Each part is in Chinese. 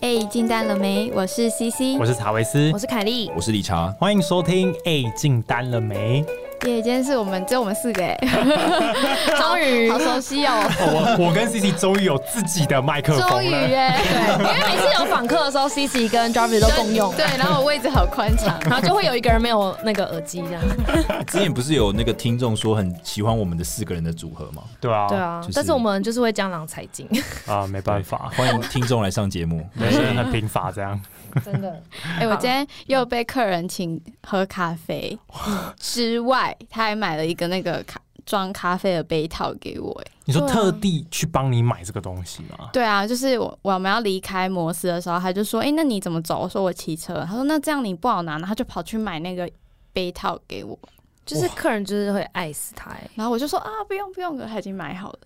嘿，哎进蛋了没？我是 CC，我是查维斯我，是凯莉，我是理查，欢迎收听。哎，进单了 没？耶，今天是我们只有我们四个 哎，终于好熟悉哦，哦我我跟 CC 终于有自己的麦克终风于了。哎，因为每次有访客的时候，CC 跟 Jarvis 都共用，对，然后我位置好宽 敞，然后就会有一个人没有那个耳机这样。之前不是有那个听众说很喜欢我们的四个人的组合吗？对啊，对啊，就是但是我们就是会江郎才尽，啊，没办法，欢迎听众来上节目。人生很贫乏这 样。真的。哎，我今天又被客人请喝咖 啡之外，他还买了一个那个咖装咖啡的杯套给我哎，你说对啊特地去帮你买这个东西吗？对啊，就是我我们要离开摩斯的时候，他就说，哎，那你怎么走？我说我骑车，他说那这样你不好拿，然后他就跑去买那个杯套给我， 就是客人就是会爱死他、欸，然后我就说啊，不用不用，他已经买好了，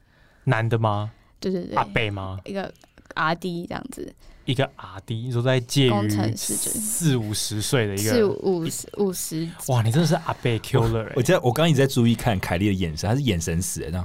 男的吗？对对对阿，贝吗？一个 R D 这样子，一个阿弟，你说在介工于程师之四五十岁的一是个，五十五十，哇，你真的是阿贝 killer 我欸记得我刚刚一直在注意看凯莉的眼神，她是眼神死人啊！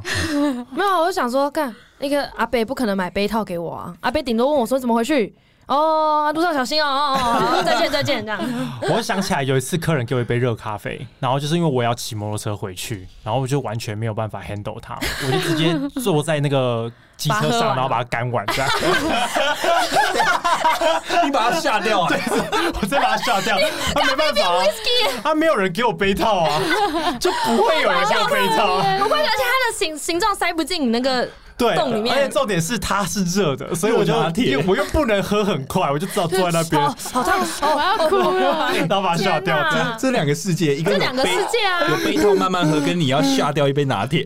没有，我就想说，干那个阿北不可能买杯套给我啊，阿北顶多问我说怎么回去。哦，路上小心哦！哦哦 哦，再见再见，这样。我想起来有一次客人给我一杯热咖啡，然后就是因为我要骑摩托车回去，然后我就完全没有办法 handle 它，我就直接坐在那个机车上，把它喝完了然后把它干完，这样你把她吓 掉啊！ 我再把它下掉，他没办法、啊，他没有人给我杯套 啊，就不会有人给我杯套啊。我关键而且它的形形状塞不进你那个，对，洞里面而且重点是它是热的，所以我就热拿铁又我又不能喝很快，我就只好坐在那 边，哦，好烫，我要哭了。然后把它下掉天。哪这样 这两个世界，一个这有两个世杯界啊，有杯套慢慢喝，跟你要吓掉一杯拿 铁，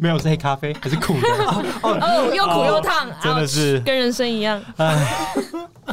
没有是黑咖啡，还是苦 的，哦，又苦又烫，真的是啊跟人生一样。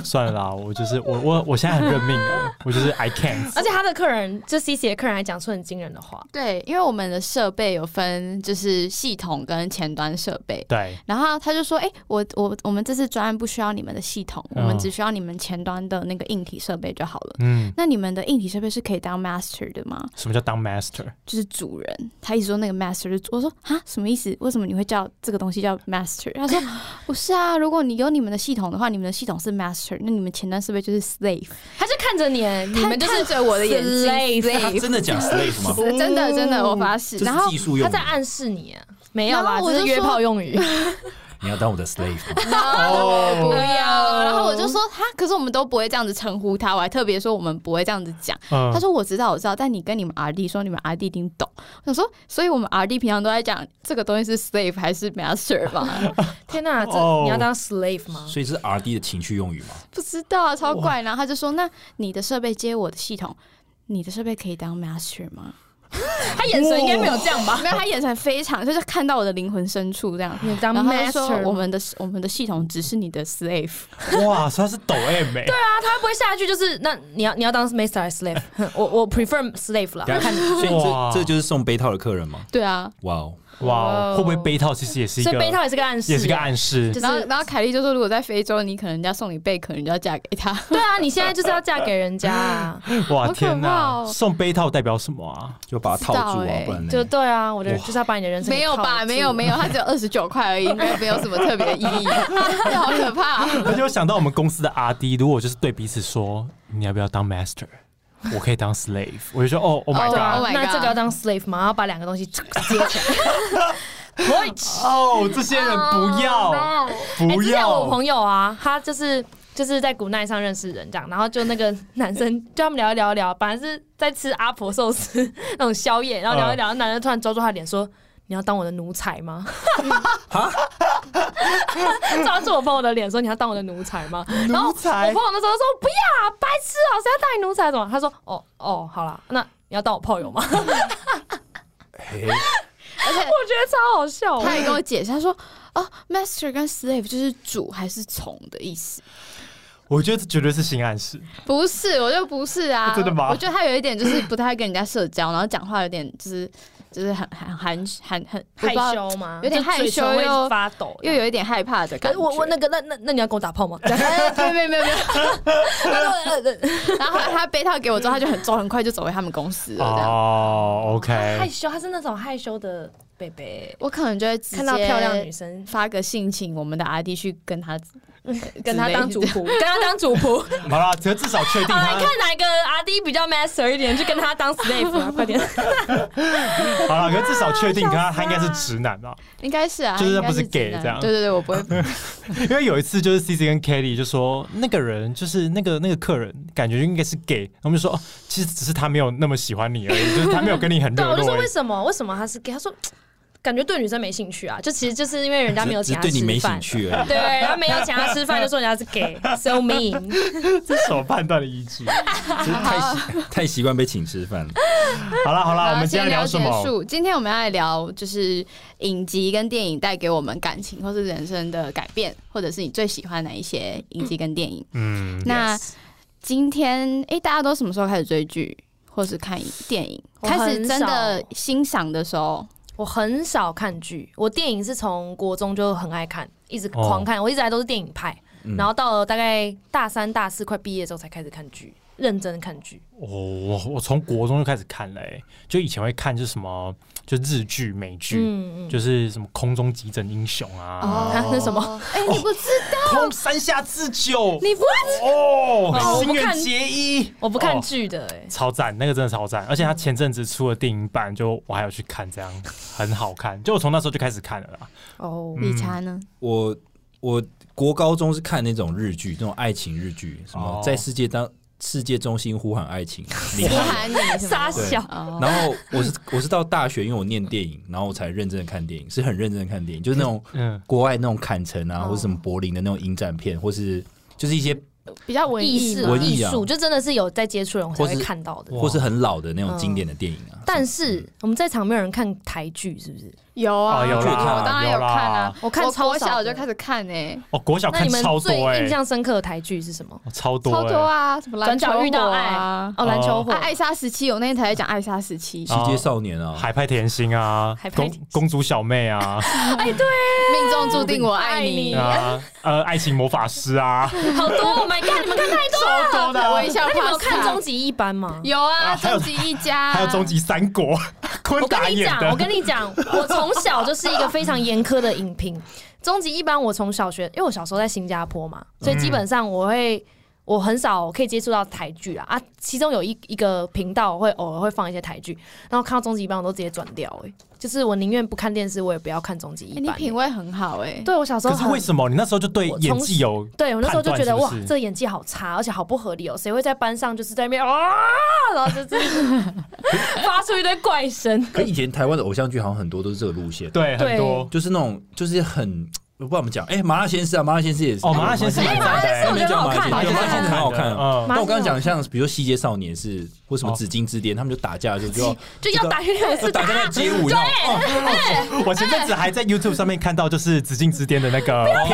算了啦，我就是我我我现在很认命了，我就是 I can't。而且他的客人，就 C C 的客人还讲出很惊人的话，对，因为我们的设备有分，就是系统跟前端设备。对，然后他就说：“哎、我我我们这次专案不需要你们的系统，我嗯们只需要你们前端的那个硬体设备就好了。嗯，那你们的硬体设备是可以当 master 的吗？什么叫当 master？就是主人。”他一直说那个 master 就是我说啊，什么意思？为什么你会叫这个东西叫 master？他 说不是啊，如果你有你们的系统的话，你们的系统是 master，那你们前端设备就是 slave。他就看着你，你们就是看着我的眼睛 slave 她 slave 真的讲 slave 吗？哦是真的真的，我发誓。这然是后技术他用在的，暗示你啊，没有然啦，后我这就是约说炮 用语。 你要当我的 slave 吗？哦不要。然后我就说。说他，可是我们都不会这样子称呼他，我还特别说我们不会这样子讲。嗯他说我知道，我知道，但你跟你们 R D 说你们 R D 一定懂。我想说，所以我们 R D 平常都在讲这个东西是 slave 还是 master 嘛？ 天哪，这、哦你要当 slave 吗？所以是 R D 的情趣用语吗？ 不知道啊，超怪。然后他就说，那你的设备接我的系统。你的设备可以当 master 吗？他眼神应该没有这样吧？没有，他眼神非常，就是看到我的灵魂深处这样。你当然后他就说 master，我们的我们的系统只是你的 slave。哇，所以他是抖 M 哎，啊，他会不会下去就是那你要你要当 master 还是 slave？哼 我我 prefer slave 啦。等一下看，所以哇这这就是送杯套的客人吗？对啊，哇哦，哇，哦会不会杯套其实也是一所以杯套个也是个暗示，啊也是个暗示就？是然后，然后凯莉就说，如果在非洲，你可能人家送你贝壳，你就要嫁给他，对啊，你现在就是要嫁给人家、 啊，哇好可天怕哪，哦送杯套代表什么啊？就把它套住不知道啊欸，不然呢就对啊，我的哇就是要把你的人生没有吧？没有没有，它只有二十九块而已，应该没有什么特别的意 义，好可怕、 啊 而且我想到我们公司的 R D，如果就是对彼此说你要不要当 master，我可以当 slave，我就说哦，Oh my 哦啊 Oh god， my 那 god 这个要当 slave 嘛，然后把两个东西 接起来。我 哦，这 Oh, 些人不要不之前哎我要，朋友啊，他就是就是在古奈上认识人这样，然后就那个男生就他们聊一聊一聊，本来是在吃阿婆寿司那种宵夜，然后聊一聊，男的突然抓住他的脸说。你要当我的奴才吗？抓住我朋友的脸说：“你要当我的奴才吗？”然后我朋友那时候说：“不要，白痴哦、谁要当你奴才？怎么？”他说：“哦哦，好啦，那你要当我炮友吗？”我觉嘿而且得超好笑。他也跟我解释，他说：“哦，master 跟 slave 就是主还是从的意思，我觉得这绝对是性暗示。不是，我就不是啊，真的吗我觉得他有一点就是不太跟人家社交，然后讲话有点就是就是很很含很很害，羞吗？有点就嘴唇害羞会又发抖，又有一点害怕的可感是觉。我我那个那那那你要跟我打炮吗？ 哎 没有没有没有，然后后来他被套给我之后，他就很走很快就走回他们公司了，这样。哦害哎，OK，羞，他是那种害羞的贝贝，我可能就会直接看到漂亮女生，发个性情，我们的阿弟去跟他跟他当主仆， 跟他当主仆。好啦，只要至少确定好来他看哪个阿弟比较 master 一点，就跟他当 slave 啊， 快点。好了，可是至少确定他他应该是直男吧？应该是啊，就是应他该不是是 gay 直男这样对对对，我不会，因为有一次就是 C C 跟 Kelly 就说那个人就是那个那个客人感觉就应该是 gay，我们就说哦，其实只是他没有那么喜欢你而已，就是他没有跟你很 对，啊热我就络说而为已。什么？为什么他是 gay？他说嗯感觉对女生没兴趣啊，就其实就是因为人家没有只请是他对你没吃兴饭。趣 而已。对，他没有请他吃饭，就说人家是 gay，so mean。这是什么判断的依据？只是太习太习惯被请吃饭了。好 了好啊了，我好们今先天聊聊什结么？束。今天我们要来聊就是影集跟电影带给我们感情或是人生的改变，或者是你最喜欢哪一些影集跟电影？嗯，那 Yes 今天诶，大家都什么时候开始追剧或是看电影？我开始很真的少欣赏的时候，我很少看剧，我电影是从国中就很爱看，一直狂看，我一直来都是电影派。嗯然后到了大概大三、大四快毕业之后才开始看剧，认真看剧。哦，我我从国中就开始看了、欸，就以前会看就是什么就日剧、美剧，嗯嗯，就是什么空中急诊英雄啊，哦他 是什么？哎、你不知道？空山下智久，你不哦，我新不垣看结衣，我不看哦剧的哎、超赞，那个真的超赞，而且嗯他前阵子出了电影版，就我还有去看，这样很好看。就我从那时候就开始看了啦。嗯哦，理查呢？我我国高中是看那种日剧，那种爱情日剧，什么哦啊在世界当世界中心呼喊爱情，不林海喊哎你傻对小。哦，然后我是我是到大学，因为我念电影，然后我才认真的看电影，是很认真的看电影，就是那种嗯，国外那种坎城啊，哦或者什么柏林的那种影展片，或是就是一些比较文艺艺术嘛文艺艺啊术，就真的是有在接触人我才或会是看到的。哇或是很老的那种经典的电影啊。但是我们在场没有人看台剧，是不是？有啊，哦有啦我当然有啦看啊，我看超国少小我的就开始看诶、哦，国小那看你们超最多哎、印象深刻的台剧是什么？哦超多、超欸，多啊，什么篮转球角遇到火爱啊，哦，篮球哦火啊，爱莎时期，我那天才在讲爱莎时期，啊西街少年啊，海派甜心啊海，派公甜心公主小妹 啊，命中注定我爱爱你你，啊，呃，爱情魔法师 啊，好多！Oh my god，你们看太多了。超多的啊、微笑 那 你们有 pasta。看终极一班吗？有啊，啊还有终极一家， 还有终极三 国，昆我跟达你演讲，我的，跟你讲，我从小就是一个非常严苛的影评。终极一般我从小学，因为我小时候在新加坡嘛，所嗯以基本上我会。我很少可以接触到台剧啦啊，其中有一一个频道我会偶尔会放一些台剧，然后看到终极一班我都直接转掉、欸，就是我宁愿不看电视，我也不要看终极一哎班、你欸品味很好哎，对我小时候可是很为什么你那时候就对我演从技有？对我那时候就觉得判断哇是不是，这演技好差，而且好不合理哦，谁会在班上就是在那边啊，然后就是 发出一堆怪声，可以前台湾的偶像剧好像很多都是这个路线，对，很对多就是那种就是很我不知道怎么讲，哎，麻辣鲜师啊，麻辣鲜师也是哦，麻辣鲜师蛮赞的欸，哎我觉得讲好看麻辣鲜师蛮对麻辣鲜师很好看的啊。嗯麻那我刚刚辣鲜讲像比如说《西街少年》是或什么哦《紫禁之巅》，他们就打架就就要就要打哎两次就打架在街舞，然哦 后我前阵子还在 YouTube 上面看到，就是《紫禁之巅》的那个片哎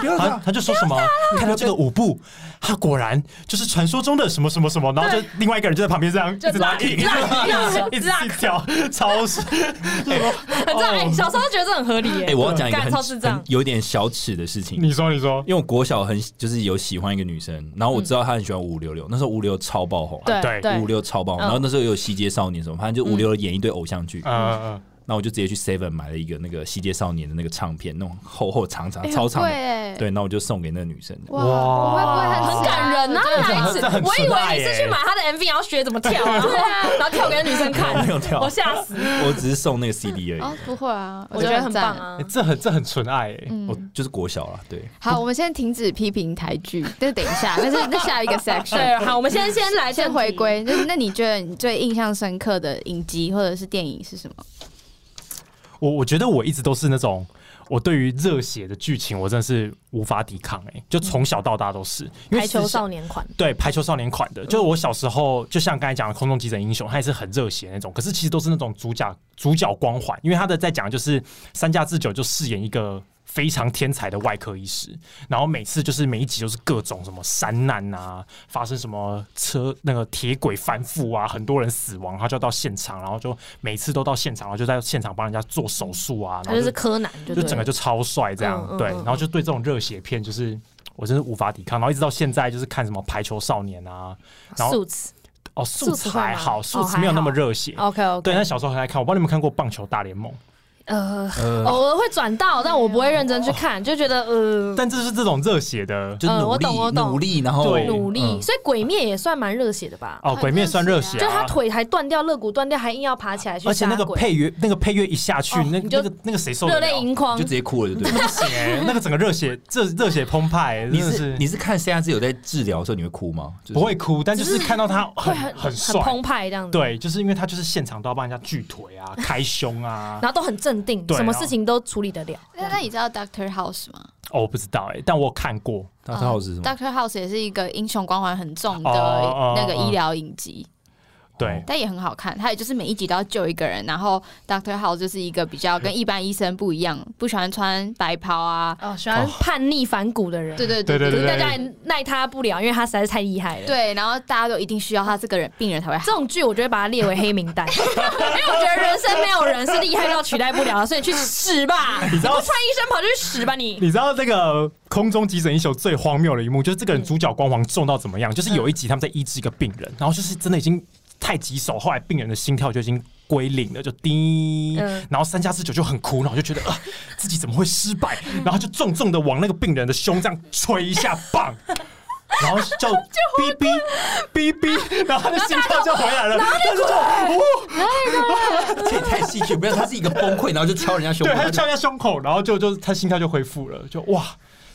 不要段，打他他就说什么，看到这个舞步，他果然就是传说中的什么什么什么，然后就另外一个人就在旁边这样一就直拉拉一直拉 一直一直跳，超 是很正哎、小时候觉得这很合理耶、哎，我要讲一个干超智很障很，有点小耻的事情，你说你说，因为我国小很就是有喜欢一个女生，然后我知道她很喜欢五六六，那时候五六超爆红，啊对嗯对五对，六超爆红，嗯然后那时候有《西街少年》什么，反正就五六演一堆偶像剧，呃，那我就直接去 Seven 买了一个那个《西街少年》的那个唱片，那种厚厚长啊长啊哎超长很的，贵哎，对，那我就送给那个女生的。哇，哇我会不会很很感人啊！啊？哪一次这很？我以纯爱为你耶是去买他的 MV，然后学怎么跳，然后然后跳给女生我 没看，有跳我，吓死！我只是送那个 CD 而 哦已，，不会啊，我觉得很棒赞。啊哎，这很这很纯爱哎，我嗯，就是国小了，对，好，我们现在停止批评台剧，但是等一下，那是那 下一个 section。对，啊好，我们先先来先正题回。归，就是那你觉得你最印象深刻的影集或者是电影是什么？我我觉得我一直都是那种，我对于热血的剧情我真的是无法抵抗哎，就从小到大都是，因为排球其实少年款，对排球少年款的，就是我小时候，就像刚才讲的《空中急诊英雄》，它也是很热血那种，可是其实都是那种主角主角光环，因为他的在讲就是三家智久就饰演一个。非常天才的外科医师，然后每次就是每一集都是各种什么山难啊，发生什么车那个铁轨翻覆啊，很多人死亡，他就要到现场，然后就每次都到现场，然后就在现场帮人家做手术啊，然他后就是柯南，就就对整个就超帅这样，嗯嗯对，嗯然后就对这种热血片就是。我真是无法抵抗，然后一直到现在就是看什么排球少年啊，然后素词。哦素素质质会吗还好，哦素质没有那么还好哦热血。 OK OK，对，那小时候很爱看，我不知道你们有没有看过《棒球大联盟》，呃，呃，偶尔会转到，但我不会认真去看，就觉得呃但这是这种热血的就是呃努我力懂我懂努力，然后对努力。嗯所以《鬼灭》也算蛮热血的吧？哦，鬼面算热血、就对啊，是他腿还断掉，肋骨断掉，还硬要爬起来去而且那杀个鬼，配乐，那个配乐一下去，哦那你那就个那个谁受热得泪了？盈眶就直。接哭了，对不对？那不行欸，那个整个热血，这热血澎湃，真你的是你是看现在是有在治疗的时候你会哭吗？就是不会哭，但就是看到他会很很帅，澎湃这样子，，对，就是因为他就是现场都要帮人家锯腿啊、开胸啊然。后都很镇定，对啊什么然后事情都处理得了。那那你知道 Doctor House 吗哦，我不知道哎、欸，但我有看过大大号是什么？ ？Doctor House 嗯也是一个英雄光环很重哦的哦那个哦医疗影集，对。但也很好看。它也就是每一集都要救一个人，然后 Doctor House 就是一个比较跟一般医生不一样，不喜欢穿白袍啊。哦，喜欢哦叛逆反骨的人，对对对对对可对是大家也奈他不了，因为他实在是太厉害了。，对，然后大家都一定需要他这个人，病人才会好这。种剧我就会把它列为黑名单， 因为我觉得人生没有人是厉害到取代不了的，所以你去死吧！你知道不穿医生袍就去死吧你！你知道那个空中急诊英雄最荒谬的一幕，就是这个人主角光环重到怎么样？就是有一集他们在医治一个病人，然后就是真的已经太棘手，后来病人的心跳就已经归零了，就滴嗯。然后三加之九就很苦恼，就觉得啊、自己怎么会失败？然后就重重的往那个病人的胸这样捶一下，棒！然后就哔哔哔哔，然后他的心跳就回来了，但是就哦，这也太戏剧，不要他是一个崩溃，然后就敲人家胸对，口，他他就就敲一下胸口，然后就就他心跳就恢复了，就哇，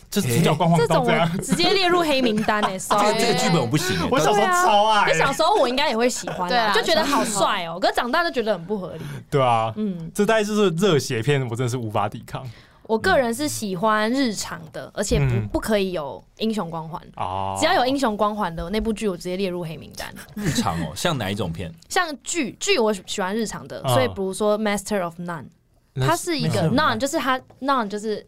这主角光环这到种这样 我。直接列入黑名单哎、欸，这个 sorry 这个剧本我不行欸，我小时候超爱、就小时啊候我应该也会喜欢对啊，啊就觉得好帅哦、可是长大就觉得很不合理。对啊，嗯，这大概就是热血片，我真的是无法抵抗我个人是喜欢日常的，而且嗯不不可以有英雄光环。啊！只要有英雄光环的那部剧，我直接列入黑名单。日常哦，像哪一种片？像剧剧，我喜欢日常的，嗯所以比如说《Master of None》，那它是一没个事 None，就是它 None 就是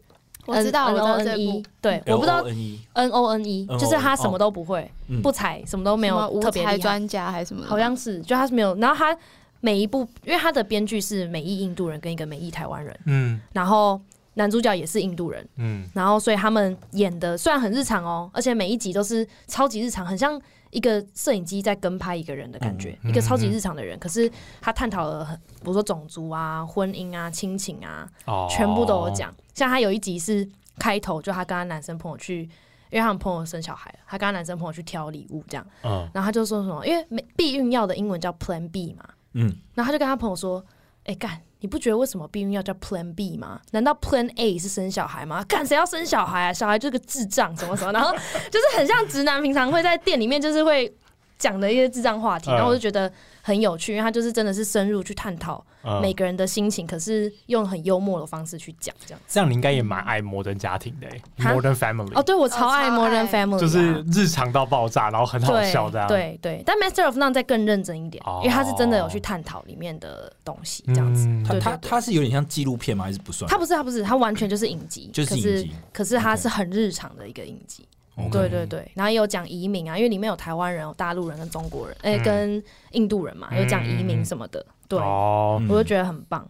我知道，我 N 知 O 道这 N 部 E，对，我不知道 N E， N O N E， NONE 就是他什么都不会嗯，不踩，什么都没什么有无特别才厉害，专家还是什么的吗，好像是，就他是没有。然后他每一部，因为他的编剧是美裔印度人跟一个美裔台湾人，嗯然后男主角也是印度人，嗯，然后所以他们演的虽然很日常哦，而且每一集都是超级日常，很像一个摄影机在跟拍一个人的感觉，嗯一个超级日常的人。可是他探讨了很，比如说种族啊、婚姻啊、亲情啊，哦全部都有讲。像他有一集是开头，就他跟他男生朋友去，因为他们朋友生小孩了，他跟他男生朋友去挑礼物这样，嗯，然后他就说什么，因为美避孕药的英文叫 Plan B 嘛，嗯，然后他就跟他朋友说：“哎、干，你不觉得为什么避孕药叫 Plan B 吗？难道 Plan A 是生小孩吗？干，谁要生小孩啊？小孩就是个智障，什么什 么。”然后就是很像直男平常会在店里面就是会讲的一些智障话题，嗯然后我就觉得很有趣，因为他就是真的是深入去探讨嗯每个人的心情，可是用很幽默的方式去讲这样。这样你应该也蛮爱摩登家庭的、欸、哈，Modern Family，、哦，对我超超爱爱 Modern Family，啊、就是日常到爆炸，然后很好笑这对样。，对对，但 Master of None 再更认真一点，哦因为他是真的有去探讨里面的东西这样子。嗯他对他对对他是有点像纪录片吗？还是不算？他不是，他不是，他完全就是影集，就是可影集可是他 OK 是很日常的一个影集。哦 OK 对对对，然后也有讲移民啊，因为里面有台湾人、有大陆人跟中国人，哎、嗯跟印度人嘛，有讲移民什么的。对，哦，我就觉得很棒。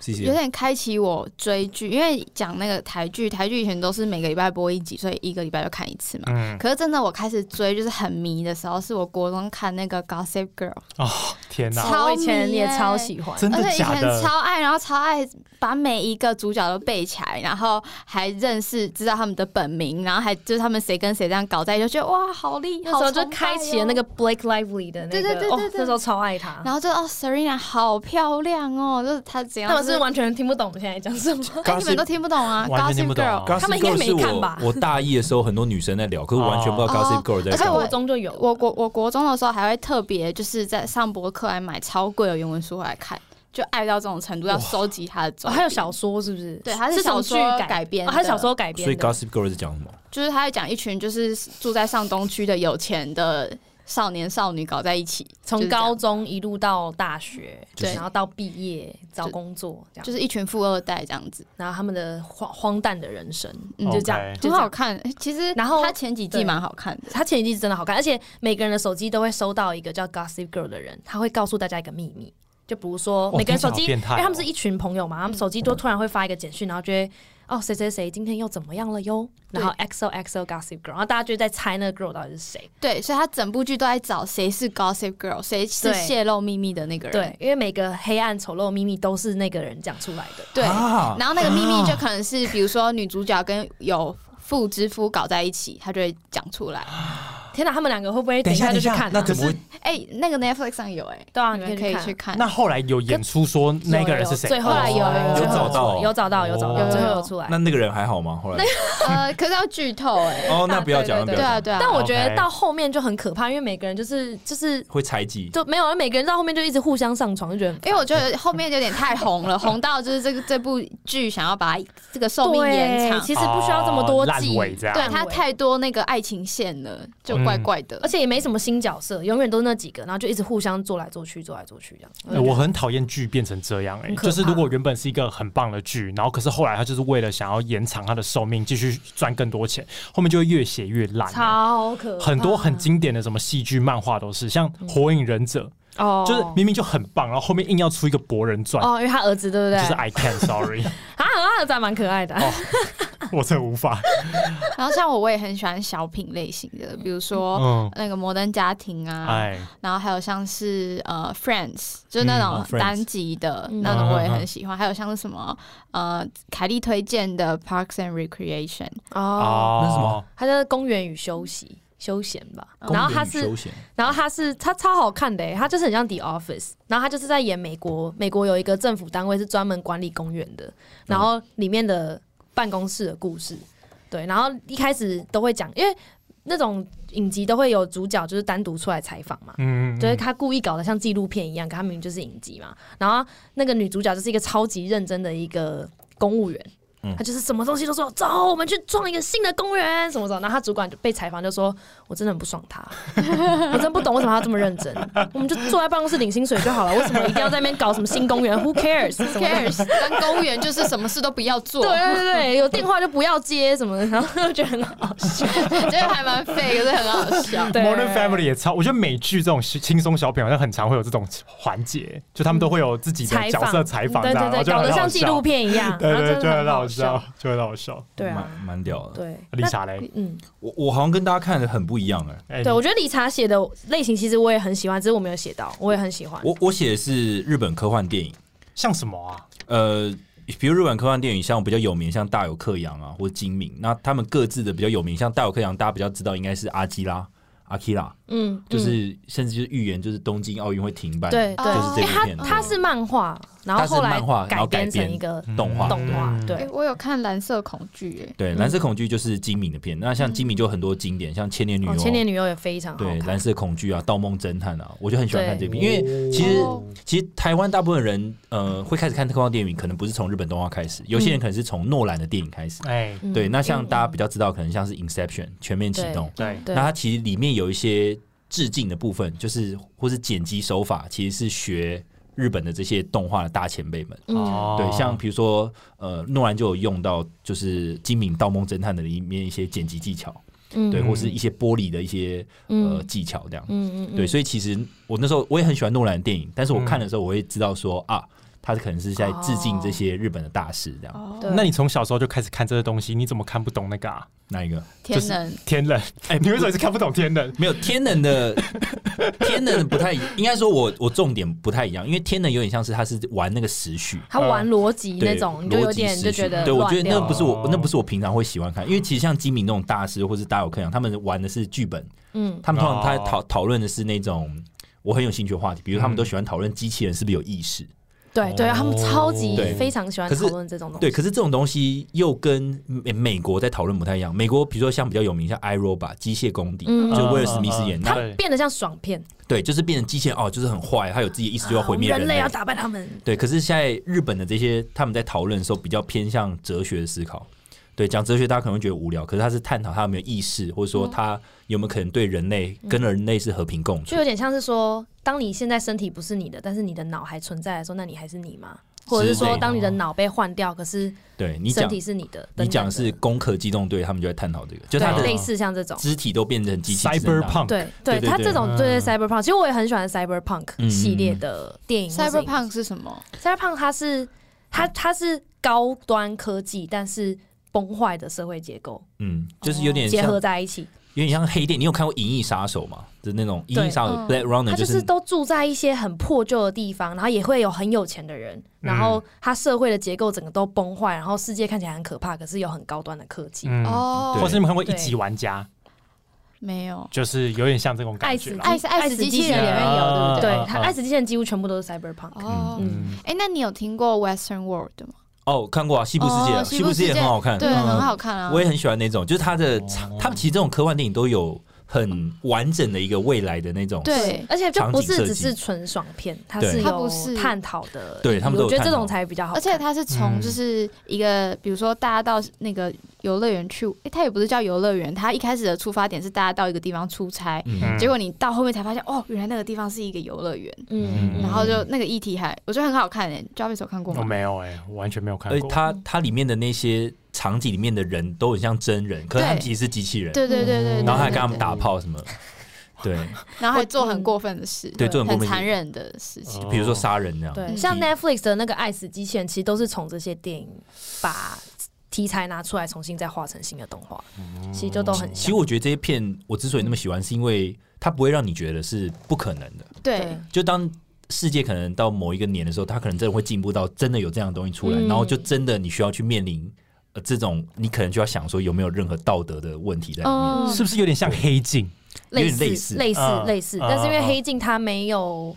谢有谢。点开启我追剧，因为讲那个台剧，台剧以前都是每个礼拜播一集，所以一个礼拜就看一次嘛。嗯，可是真的，我开始追就是很迷的时候，是我国中看那个《Gossip Girl》，哦天哪，超我以前迷也耶超喜欢。真而的且以假前的？超爱，然后超爱把每一个主角都背起来，然后还认识知道他们的本名，然后还就是他们谁跟谁这样搞在一起，就觉得哇，好厉害！那时候好就崇拜开启了那哦个 Blake Lively 的那个，对对对对哦，对那时候超爱他。然后就哦，Serena 好漂亮哦，就是她怎样，他们是完全听不懂我们现在讲什 么。哎，你们都听不懂啊完全听，Gossip 不懂啊 Girl。 Gossip 他们应该 Girl 没是看吧我我大一的时候，很多女生在聊，可是我完全不知道哦 Gossip Girl 在而且干嘛。国中就有，我国我国中的时候还会特别就是在上博客来买超贵的原文书回来看，就爱到这种程度，要收集它的周哦边。还有小说是不是？对它是小从剧说改编哦它是的小说改编所的。以 Gossip Girl 在讲什么？就是他在讲一群就是住在上东区的有钱的少年少女搞在一起，从就是这样高中一路到大学，对然后到毕业找工作，这样，就是一群富二代这样子，然后他们的荒荒诞的人生，嗯就这样 OK，很就这好样。看。诶其实然后他前几季对蛮好看的，他前一季真的好看，而且每个人的手机都会收到一个叫 Gossip Girl 的人，他会告诉大家一个秘密，就比如说哦每个人手机，听起来好变态哦嗯因为他们是一群朋友嘛，他们手机都突然会发一个简讯，然后就会哦谁谁谁今天又怎么样了哟，然后 XO XO Gossip Girl，然后大家就在猜那个 girl 到底是谁。对，所以他整部剧都在找谁是 Gossip Girl，谁是对泄露秘密的那个人。对，因为每个黑暗丑陋秘密都是那个人讲出来的。对，啊然后那个秘密就可能是，比如说女主角跟有妇之夫搞在一起，她就会讲出来。啊天哪，他们两个会不会等一一下，下等就一去下看，啊、那怎么会？哎、那个 Netflix 上有哎、对啊，你你们可可以以去看去。看。那后来有演出说那个人是谁？最后后来有有有找到哦有找到，有找有到，有最后有有出来那。那个人还好吗？后来呃，可是要剧透哎、哦，那啊不要讲，那对不对要对啊对啊，讲，但我觉得 OK 到后面就很可怕，因为每个人就是就是会猜忌。就没有，每个人到后面就一直互相上床，就觉得因为我觉得后面有点太红了，红到就是这个这部剧想要把它这个寿命延对长，其实不需要这么多哦烂季，尾这样对烂它尾太多那个爱情线了，就怪怪的。而且也没什么新角色，永远都那几个，然后就一直互相做来做去，做来做去这样。哎我很讨厌剧变成这样、哎，很可怕就是如果原本是一个很棒的剧，然后可是后来他就是为了想要延长他的寿命，继续赚更多钱，后面就会越写越烂、哎超可怕很多很经典的什么戏剧、漫画都是，像《火影忍者》哦，就是明明就很棒，然后后面硬要出一个博人传，哦，因为他儿子对不对？就是 I can sorry， 啊，儿子还蛮可爱的。我真的无法。然后像我，我也很喜欢小品类型的，比如说。哦嗯，那个摩登家庭嗯啊，哎，然后还有像是呃 Friends，就是那嗯哦种，Friends 单集的、嗯那种，我也很喜欢。还有像是什么呃凯莉推荐的 Parks and Recreation，哦，哦，那是什么？他在公园与休息休闲吧。公嗯然后园他与是休闲然后他是他超好看的欸，他就是很像 The Office，然后他就是在演美国，美国有一个政府单位是专门管理公园的，然后里面的办公室的故事，对，然后一开始都会讲，因为那种影集都会有主角就是单独出来采访嘛，嗯，就是他故意搞得像纪录片一样，可他明明就是影集嘛。然后那个女主角就是一个超级认真的一个公务员，她就是什么东西都说走，我们去创一个新的公园什么什么。然后她主管就被采访就说，我真的很不爽她，我真不懂为什么她这么认真，我们就坐在办公室领薪水就好了，为什么一定要在那边搞什么新公园？Who cares？什么的 cares，当 公务员就是什么事都不要做对啊对对对，有电话就不要接什么的，然后就觉得很好笑。觉得还蛮废，可是很好笑。对 Modern Family 也超，我觉得美剧这种轻松小品好像很常会有这种环节，就他们都会有自己的采角访色采访这对样，然对后对，就搞很得好像笑纪录，片一样，对然后对，真就的很很好好笑，，就很好笑。对啊蛮，蛮屌的。对。丽莎嘞，嗯，我我好像跟大家看的很不一样哎。哎对，我觉得理查写的类型其实我也很喜欢，只是我没有写到，我也很喜欢。我我写的是日本科幻电影，像什么啊？呃，比如日本科幻电影，像比较有名，像大有克洋啊，或者金敏，那他们各自的比较有名，像大有克洋，大家比较知道应该是阿基拉、阿基拉，嗯，就是、甚至就是预言，就是东京奥运会停办，对就对，是这因为部他片，他是漫画，然后它是后来漫画然后改编成编一个动画，动画，嗯哎对，我有看《蓝色恐惧》哎，嗯对，蓝色恐惧就是金敏的片，那像金敏就有很多经典，像《千年女优》哦，千年女优也非常好对，看蓝。色恐惧啊，《盗梦侦探》啊，我就很喜欢看这对部，因为其实、哦其实台湾大部分人呃会开始看科幻电影，可能不是从日本动画开始，有些人可能是从诺兰的电影开始。哎，嗯对，那像大家比较知道，可能像是《Inception》全面启动，对，对那它其实里面有一些致敬的部分，就是或是剪辑手法，其实是学日本的这些动画的大前辈们。嗯，哦对，像比如说，呃，诺兰就有用到就是《精明盗梦侦探》的里面一些剪辑技巧，嗯对，或是一些玻璃的一些呃嗯技巧这样。嗯嗯，对，所以其实我那时候我也很喜欢诺兰的电影，但是我嗯看的时候我会知道说啊，他可能是哦在致敬这些日本的大师这样。哦对那你从小时候就开始看这些东西，你怎么看不懂那个啊？哪一个？天能天人，哎，你为什么是看不懂天人？没有天能 的，天能的不太一，应该说我我重点不太一样，因为天能有点像是他是玩那个时序。他玩逻辑那呃对种，你就逻有辑点时就序觉得对我觉得乱掉那了不是我哦，那不是我平常会喜欢看，因为其实像吉米那种大师或是大有克洋，他们玩的是剧本，嗯他们通常他哦讨讨论的是那种我很有兴趣的话题，比如他们嗯都喜欢讨论机器人是不是有意识，对对，他们超级哦对非常喜欢可是讨论这种东对，西。可是这种东西又跟美美国在讨论不太一样。美国比如说像比较有名像《I Robot》机械公敌，嗯就威尔史密斯演的，他那对变得像爽片，对，就是变成机器人哦，就是很坏，他有自己的意思就要啊毁灭我们人类，类要。打败他们。对，可是现在日本的这些他们在讨论的时候，比较偏向哲学的思考。对，讲哲学大家可能会觉得无聊，可是他是探讨他有没有意识，或者嗯说他有没有可能对人类跟人类是和平共处就有。点像是说，当你现在身体不是你的，但是你的脑还存在的时候，那你还是你吗？或者是之类说，的当你的脑被换掉，可是对哦你身讲体，是你的，你讲的是等《攻壳机动队》，他们就在探讨这个，就他等的的对类似像这种，肢体都变成机器人了。 Cyberpunk，对对对，对他对这种嗯对对 cyberpunk，其实我也很喜欢嗯 cyberpunk 系列的电影或是影集。 Cyberpunk 是什么？ cyberpunk 它是它它是高端科技，但是崩坏的社会结构嗯，就是有点哦结像合在一起。有点像黑店。你有看过《银翼杀手》吗？就是那种《银对翼杀手》嗯 Blade Runner，他就是是都住在一些很破旧的地方，然后也会有很有钱的人，然后嗯他社会的结构整个都崩坏，然后世界看起来很可怕，可是有很高端的科技。嗯，哦，或是你们看过《对一级玩家没有，》，就是有点像这种感觉爱死啦。爱死爱死机器人里面有，对不对？啊对嗯他，嗯爱死机器人几乎全部都是 cyberpunk。哦，嗯，哎，那你有听过 Western World 吗？哦，看过啊，《西部世界》哦《西西部部世世界》界很好看，对，嗯很好看啊。我也很喜欢那种，就是它的长哦，他们其实这种科幻电影都有很完整的一个未来的那种，对，而且就场景不是设计只是纯爽片，它对是它不有是探讨的，对他们都有我觉得这探讨种才比较好而看，且它是从嗯就是一个，比如说大家到那个游乐园去，哎，它也不是叫游乐园，它一开始的出发点是大家到一个地方出差，嗯，结果你到后面才发现，哦，原来那个地方是一个游乐园，嗯，然后就那个议题还我觉得很好看诶、欸、，Jarvis 有看过我吗？没有哎，我完全没有看而且过。它它里面的那些场景里面的人都很像真人，可是他们对其实是机器人，对对对对对，然后还跟对他们打，炮什么， 对，哦对然后还做很过分的事，对做很过分的事残忍的事情。哦比如说杀人这样，对，嗯像 Netflix 的那个《爱死机器人》，其实都是从这些电影把题材拿出来，重新再画成新的动画，其实就都很嗯其实像。我觉得这些片我之所以那么喜欢，是因为它不会让你觉得是不可能的。对，就当世界可能到某一个年的时候，它可能真的会进步到真的有这样的东西出来，嗯然后就真的你需要去面临呃这种，你可能就要想说有没有任何道德的问题在里面。嗯是不是有点像黑镜？有类点类似类似啊类嗯似，啊但是因为啊黑镜它没有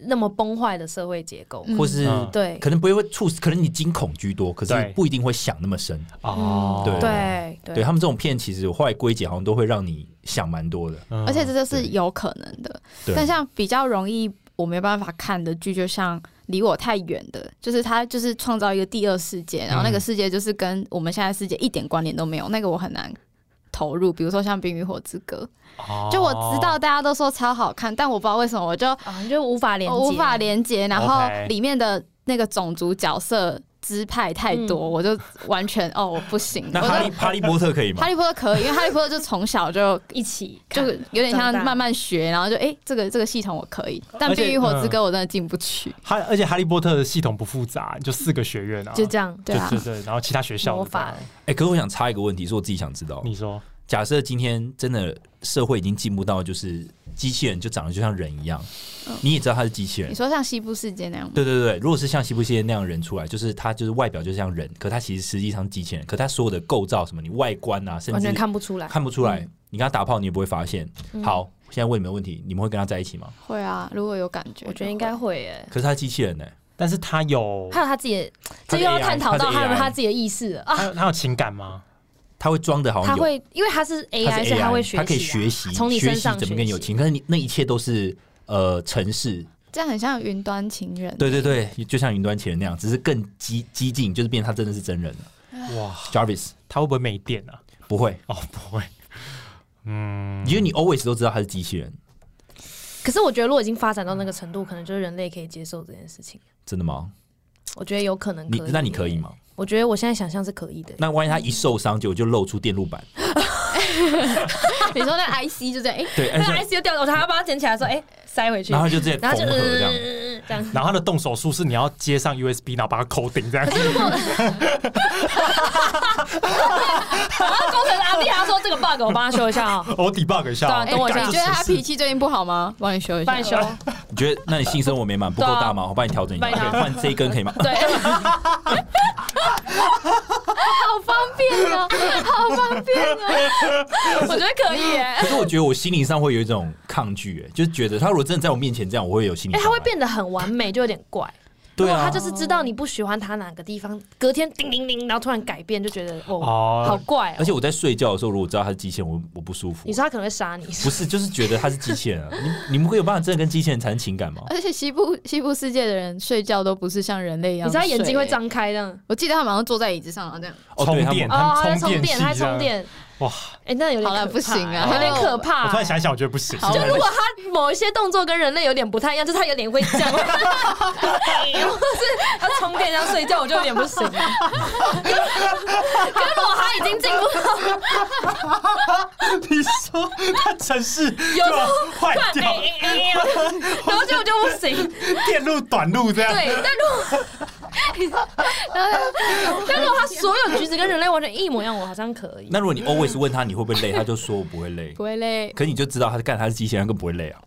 那么崩坏的社会结构，嗯或是嗯对可能不会促使，可能你惊恐居多，可对是不一定会想那么深。哦，对嗯对对对他们这种片，其实我后来归结好像都会让你想蛮多的。嗯而且这就是对有可能的。对，但像比较容易我没办法看的剧，就像离我太远的，就是它就是创造一个第二世界，然后那个世界就是跟我们现在世界一点关联都没有，那个我很难投入。比如说像《冰与火之歌》，就我知道哦，大家都说超好看，但我不知道为什么我就啊，你就无法连接，我哦无法连接，然后 OK 里面的那个种族角色支派太多，嗯我就完全哦我不行。 那我哈就利哈利波特可以吗哈？利波特可以，因为哈利波特就从小就一起就看，有点像长大慢慢学，然后就哎、这个这个系统我可以，但《而且冰与火之歌》我真的进不去。哈，而且哈利波特的系统不复杂，就四个学院哦啊，就这样。对啊对，对，然后其他学校的魔法这样哎、可是我想插一个问题，是我自己想知道。你说假设今天真的社会已经进步到，就是机器人就长得就像人一样，嗯你也知道他是机器人你。说像西部世界那样吗？对对对，如果是像西部世界那样的人出来，就是他就是外表就像人，可他其实实际上机器人，可他所有的构造什么，你外观啊，甚完至全看不出来，嗯看不出来。你跟他打炮，你也不会发现。好，现在问你们问题，你们会跟他在一起吗？会啊，如果有感觉，我觉得应该。会诶。可是他是机器人呢、欸但是他有还有他自己的，他这是又要 AI 探讨到他是他有 AI 他自己的意识了啊。他有他有情感吗？他会装的好他像有，会，因为他是 AI，他所以他会学习啊，他可以学习，从你学身习上怎么跟你有学习情。可是你那一切都是呃城市这样很像云端情人。对对对，就像云端情人那样，只是更激激进，就是变成他真的是真人了。啊哇， Jarvis 他会不会没电啊？不会，哦，不会，嗯，因为你 always 都知道他是机器人，可是我觉得，如果已经发展到那个程度，可能就是人类可以接受这件事情。真的吗？我觉得有可能可你以。那你可以？吗？我觉得我现在想象是可以的。那万一他一受伤，就就露出电路板， 嗯你说那 IC 就这样，哎、对，而那且 IC 又掉了，我还要把它捡起来说，哎，塞回去，然后就直接然缝后合就这样。嗯这样。然后他的动手术是你要接上 USB，然后把它扣顶这样。然后工程师阿弟还要说这个 bug 我帮他修 一下哦，我 debug 一下对啊哦，等我一下你觉得他脾气最近不好吗？帮你修一下。帮你修。你觉得那你性生活美满不够大吗？我帮你调整一下，啊帮你调 OK，换这一根可以吗？ 对，好方便哦啊，好方便啊！我觉得可以耶。可是我觉得我心灵上会有一种抗拒，哎，就是觉得他如果真的在我面前这样，我会有心理哎，障碍。他会变得很完美，就有点怪。对如果啊他就，是知道你不喜欢他哪个地方，隔天叮叮叮，然后突然改变，就觉得哦，好哦，怪哦。而且我在睡觉的时候，如果知道他是机器人，我我不舒服你。说他可能会杀你，不是，就是觉得他是机器人啊！ 你你们会有办法真的跟机器人产生情感吗？而且西部西部世界的人睡觉都不是像人类一你样，知道他眼睛会。张开这样。我记得他们好像坐在椅子上，然后这样。哦，对， 充他们电哦，他还们充电器电，还充这样。电，哇，哎，那有点好啦可怕不行啊有点可怕。我突然想一想，我觉得不行。好就如果他某一些动作跟人类有点不太一样，就是他有点会 这样， 或是他充电这样睡觉，我就有点不行。可是如果他已经进步到，你说他城市有时候就 坏掉，然后就我就不行。电路短路这样。对，但如果但如果他所有举止跟人类完全一模一样，我好像可以。那如果你 always 问他你会不会累，他就说我不会累，不会累。可你就知道他干他是机器人，他更不会累啊，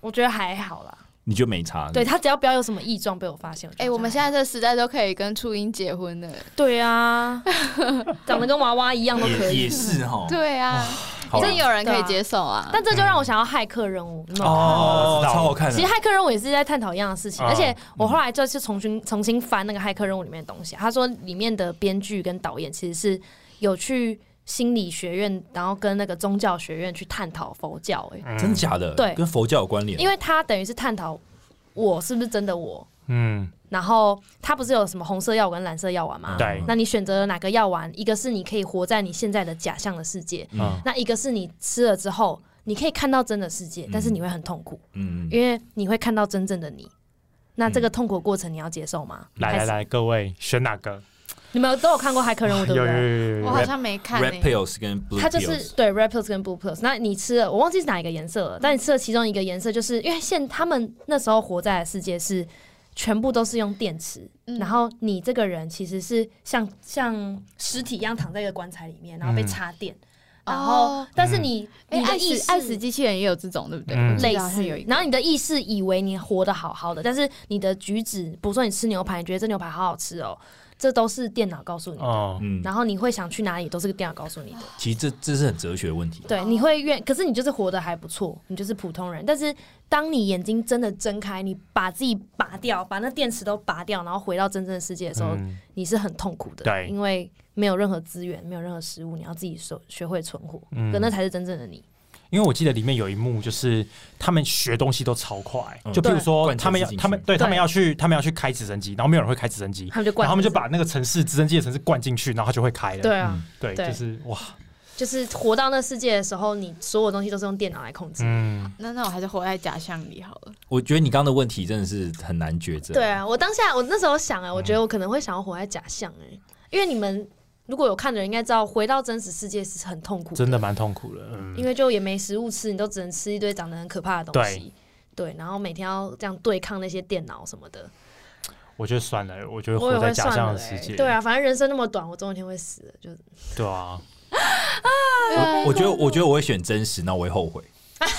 我觉得还好啦，你就没差。对，他只要不要有什么异状被我发现，哎、我们现在这个时代都可以跟初音结婚了。对啊， 长得跟娃娃一样都可也也以。是哈，对啊，好啦真有人可对以啊接受啊。但这就让我想要骇客任务，你有没有看过哦啊我，知道超好看的其实。骇客任务也是在探讨一样的事情，嗯而且我后来就是重新重新翻那个骇客任务里面的东西，他说里面的编剧跟导演其实是有去心理学院，然后跟那个宗教学院去探讨佛教、欸，嗯真的假的？对跟佛教有关联。因为他等于是探讨我是不是真的我，嗯，然后他不是有什么红色药丸、蓝色药丸吗？对那你选择了哪个药丸？一个是你可以活在你现在的假象的世界，嗯那一个是你吃了之后你可以看到真的世界，但是你会很痛苦。嗯，因为你会看到真正的你。那这个痛苦的过程你要接受吗？嗯来还来是，来，各位选哪个？你们都有看过《骇客任务》哦对有不有对？有有我有，好像没看、欸。Red Pills 跟 Blue 它就是对 Red Pills 跟 Blue Pills。那你吃了，我忘记是哪一个颜色了，但你吃了其中一个颜色，就是因为现他们那时候活在的世界是全部都是用电池，嗯然后你这个人其实是像像尸体一样躺在一个棺材里面，然后被嗯插电，然后、哦但是你、哎、你的爱意识死爱死机器人也有这种，对不对？嗯我记得类好似像有一个然后你的意识以为你活得好好的，但是你的举止，比如说你吃牛排，你觉得这牛排好好吃哦，这都是电脑告诉你的。哦，嗯，然后你会想去哪里，都是电脑告诉你的。其实这这是很哲学的问题。对，你会愿，可是你就是活得还不错，你就是普通人。但是当你眼睛真的睁开，你把自己拔掉，把那电池都拔掉，然后回到真正的世界的时候，嗯你是很痛苦的。对因为没有任何资源，没有任何食物，你要自己学学会存活，嗯可那才是真正的你。因为我记得里面有一幕，就是他们学东西都超快，嗯就比如说对他们要灌进去他们对他们对要去他们要去开直升机，然后没有人会开直升机，他们就灌嗯然后他们就自己把那个城市直升机的城市灌进去，然后它就会开了。对啊。对，对就是哇，就是活到那世界的时候，你所有东西都是用电脑来控制。嗯，那那我还是活在假象里好了。我觉得你刚刚的问题真的是很难抉择。对，啊，我当下我那时候想嗯啊，我觉得我可能会想要活在假象哎、因为你们如果有看的人应该知道，回到真实世界是很痛苦真的，的蛮痛苦的。嗯因为就也没食物吃，你都只能吃一堆长得很可怕的东西。对，然后每天要这样对抗那些电脑什么的，我觉得算了，我觉得我也活在会假算象了、的世欸。界。对啊，反正人生那么短，我总有一天会死的，就是对啊，我我觉得我觉得我会选真实，那我会后悔。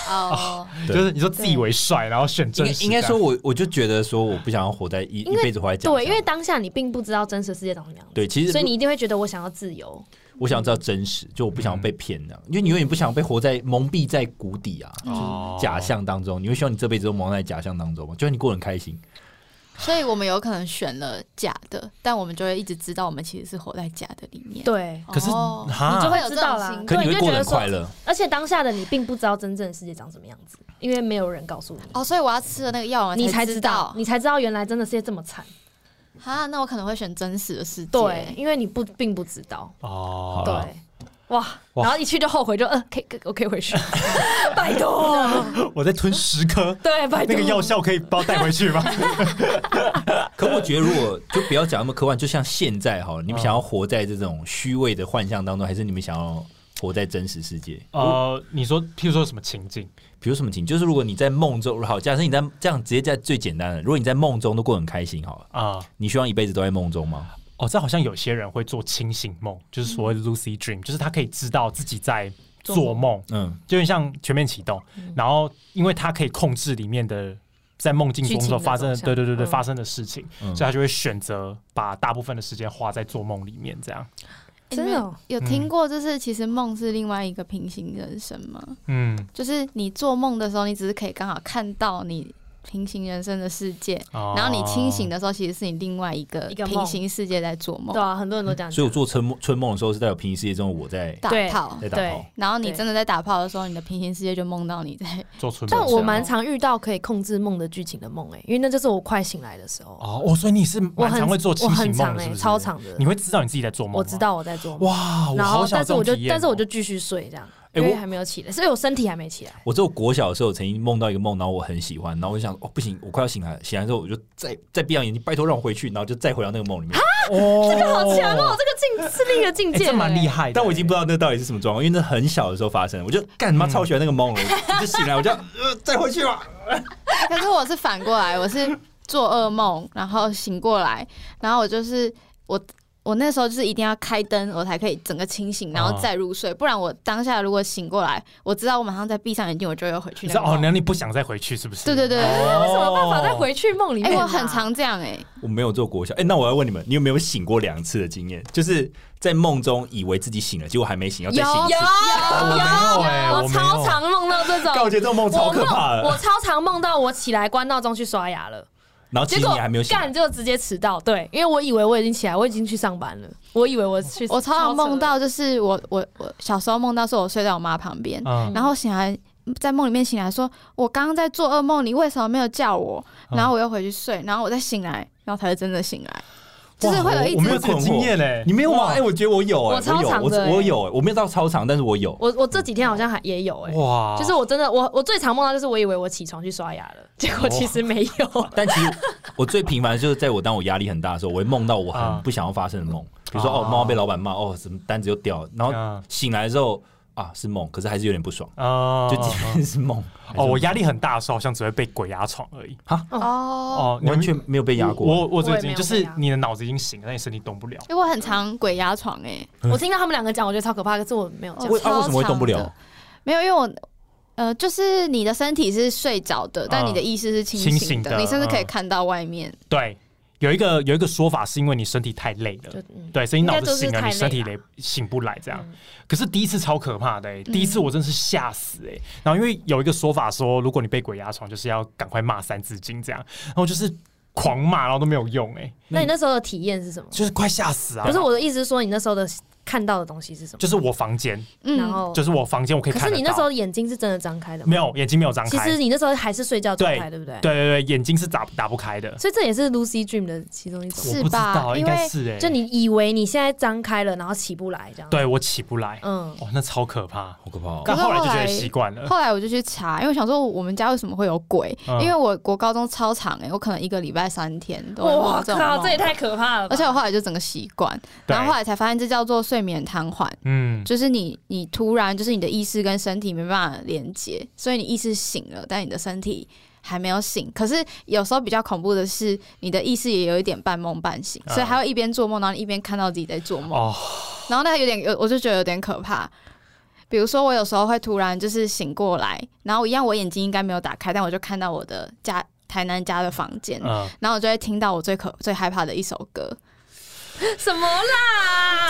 哦，对就是你说自以为帅，然后选应真该实应该感说，我我就觉得说，我不想要活在一因一为辈子活在假象。对，因为当下你并不知道真实世界长什么样子，对，其实所以你一定会觉得我想要自由。我想知道真实，就我不想要嗯被骗这样，因为你永远不想被活在蒙蔽在谷底啊，哦假象当中。你会希望你这辈子都蒙在假象当中吗？就算你过得很开心，所以我们有可能选了假的，但我们就会一直知道我们其实是活在假的里面。对，哦，可是哈你就会有知这道种啦心可态你对会就过得很觉得说快乐。而且当下的你并不知道真正的世界长什么样子，因为没有人告诉你，哦，所以我要吃了那个药丸你才知道。你才知道原来真的世界这么惨。哈，那我可能会选真实的世界。哎对，，因为你不并不知道。哦，对，哇，哇然后一去就后悔，就呃，可以，可以我可以回去， 拜托，我在吞十颗， 对，拜托。那个药效可以帮我带回去吗？可我觉得，如果就不要讲那么科幻，就像现在好了，你们嗯想要活在这种虚伪的幻象当中，还是你们想要活在真实世界？ 呃，你说，譬如说什么情境？比如什么情？就是如果你在梦中，好，假设你在这样直接在最简单的，如果你在梦中都过得很开心好了，啊、你希望一辈子都在梦中吗？哦，这好像有些人会做清醒梦，就是所谓的 Lucy Dream，就是他可以知道自己在做嗯做嗯梦，嗯，就有点像全面启动。然后，因为他可以控制里面的在梦境中剧情所的发生的，走向对对对对，嗯发生的事情，嗯所以他就会选择把大部分的时间花在做梦里面，这样。诶真的你哦们有听过，就是其实梦是另外一个平行人生吗？嗯，就是你做梦的时候，你只是可以刚好看到你平行人生的世界，哦然后你清醒。的时候，其实是你另外一个一个梦平行世界在做梦对，啊，很多人都这样讲。所以我做春梦春梦的时候是代表平行世界中我在打对炮在。打对炮，然后你对真的在打炮的时候，你的平行世界就梦到你在 做春梦但的时候，我蛮常遇到可以控制梦的剧情的梦，哎，因为那就是我快醒来的时候，哦，哦，所以你是我蛮很常会做我清很醒常梦的，是哎，不是超，常的你，会知道你自己在做梦，我知。道我在做梦，哇，我然好后想但这是种我就体验哦但是我就继续睡这样，哎因为我还没有起来，所以我身体还没起来。我只有国小的时候曾经梦到一个梦，然后我很喜欢，然后我就想哦不行，我快要醒来了，醒来之后我就再再闭上眼睛，拜托让我回去，然后就再回到那个梦里 面。哦，这个好强哦，这个境是另一个境哎界，这蛮厉。害的，但我已经不知道那到底是什么状况，因为那很小的时候发生，我就干妈超喜 欢那个梦了，我就醒来我就呃再回去吧。可是我是反过来，我是做噩梦，然后醒过来，然后我就是我。我那时候就是一定要开灯，我才可以整个清醒，然后哦再入睡。不然我当下如果醒过来，我知道我马上再闭上眼睛，我就又回去你那知个道梦。哦，那哦你不想再回去是不是？对对对，哎、为什么办法再回去梦里面、啊？我很常这样哎、我没有做国小，哎、那我要问你们，你有没有醒过两次的经验？就是在梦中以为自己醒了，结果还没醒，要再醒一有次。我没有哎有，我我没有超常梦到这种。告诫这种梦超可怕我梦我的，超常梦到我起来关闹钟去刷牙了，然后其结实果你还没有醒，干就直接迟到。对，因为我以为我已经起来，我已经去上班了，我以为我去。我常常梦超到，就是我我我小时候梦到是我睡在我妈旁边，嗯，然后醒来在梦里面醒来说，我刚刚在做噩梦，你为什么没有叫我？嗯然后我又回去睡，然后我再醒来，然后才是真的醒来，就是会有一我没直有这个经验欸嘞，你没有吗？哇哎、我觉得我有、哎，我超有，长的我我哎有、哎我没有到超长，但是我有。扯的。我我这几天好像还也有哎、哇，就是我真的我我最常梦到就是我以为我起床去刷牙了，结果其实没有。但其实我最频繁的就是在我当我压力很大的时候，我会梦到我很不想要发生的梦，比如说哦，啊梦到被老板骂，哦，什么单子又掉了，然后嗯醒来之后啊是梦，可是还是有点不爽，啊就即便是梦，哦，我压力很大的时候，好像只会被鬼压床而已。哦。哦，完全没有被压过。我我这我个经也没验有就是被压你的脑子已经醒了，但你身体动不了。因为我很常鬼压床哎、我听到他们两个讲，我觉得超可怕，可是我没有这样。我为啊为什么会动不超长了的？没有，因为我呃，就是你的身体是睡着的，但你的意识是清嗯清醒醒的，的你甚至可以嗯看到外面。对，有一个有一个说法是因为你身体太累就了，嗯，对，所以你脑应该就子是醒了，太你身体累累醒不来这样。可是第一次超可怕的、欸，第一次我真是吓死哎、欸然后因为有一个说法说，如果你被鬼压床，就是要赶快骂三字经这样，然后就是狂骂，然后都没有用哎、欸那你那时候的体验是什么？就是快吓死啊！不是我的意思是说，你那时候的看到的东西是什么？就是我房间，嗯，然后就是我房间我可以可看得到。是你那时候眼睛是真的张开的吗？没有眼睛没有张其开实，你那时候还是睡觉状态，对不对？对对对，眼睛是打打不开的。所以这也是 Lucy Dream 的其中一种，是我不知吧道，应因该为是哎、欸就你以为你现在张开了，然后起不来这样。，对我起不来，嗯，哦，那超可怕。好可怕、哦！可但是后来就后觉来得习惯了。后来我就去查，因为我想说我们家为什么会有鬼，嗯因为我国高中超长哎、我可能一个礼拜三天都会哇梦这种靠，梦这也太可怕了吧！而且我后来就整个习惯，对然后后来才发现这叫做睡眠瘫痪，嗯，就是你你突然就是你的意识跟身体没办法连接，所以你意识醒了，但你的身体还没有醒。可是有时候比较恐怖的是，你的意识也有一点半梦半醒，嗯所以还会一边做梦，然后一边看到自己在做梦，哦，然后那有点有我就觉得有点可怕。比如说，我有时候会突然就是醒过来，然后一样我眼睛应该没有打开，但我就看到我的家台南家的房 间，嗯，然后我就会听到我最可最害怕的一首歌，什么 啦？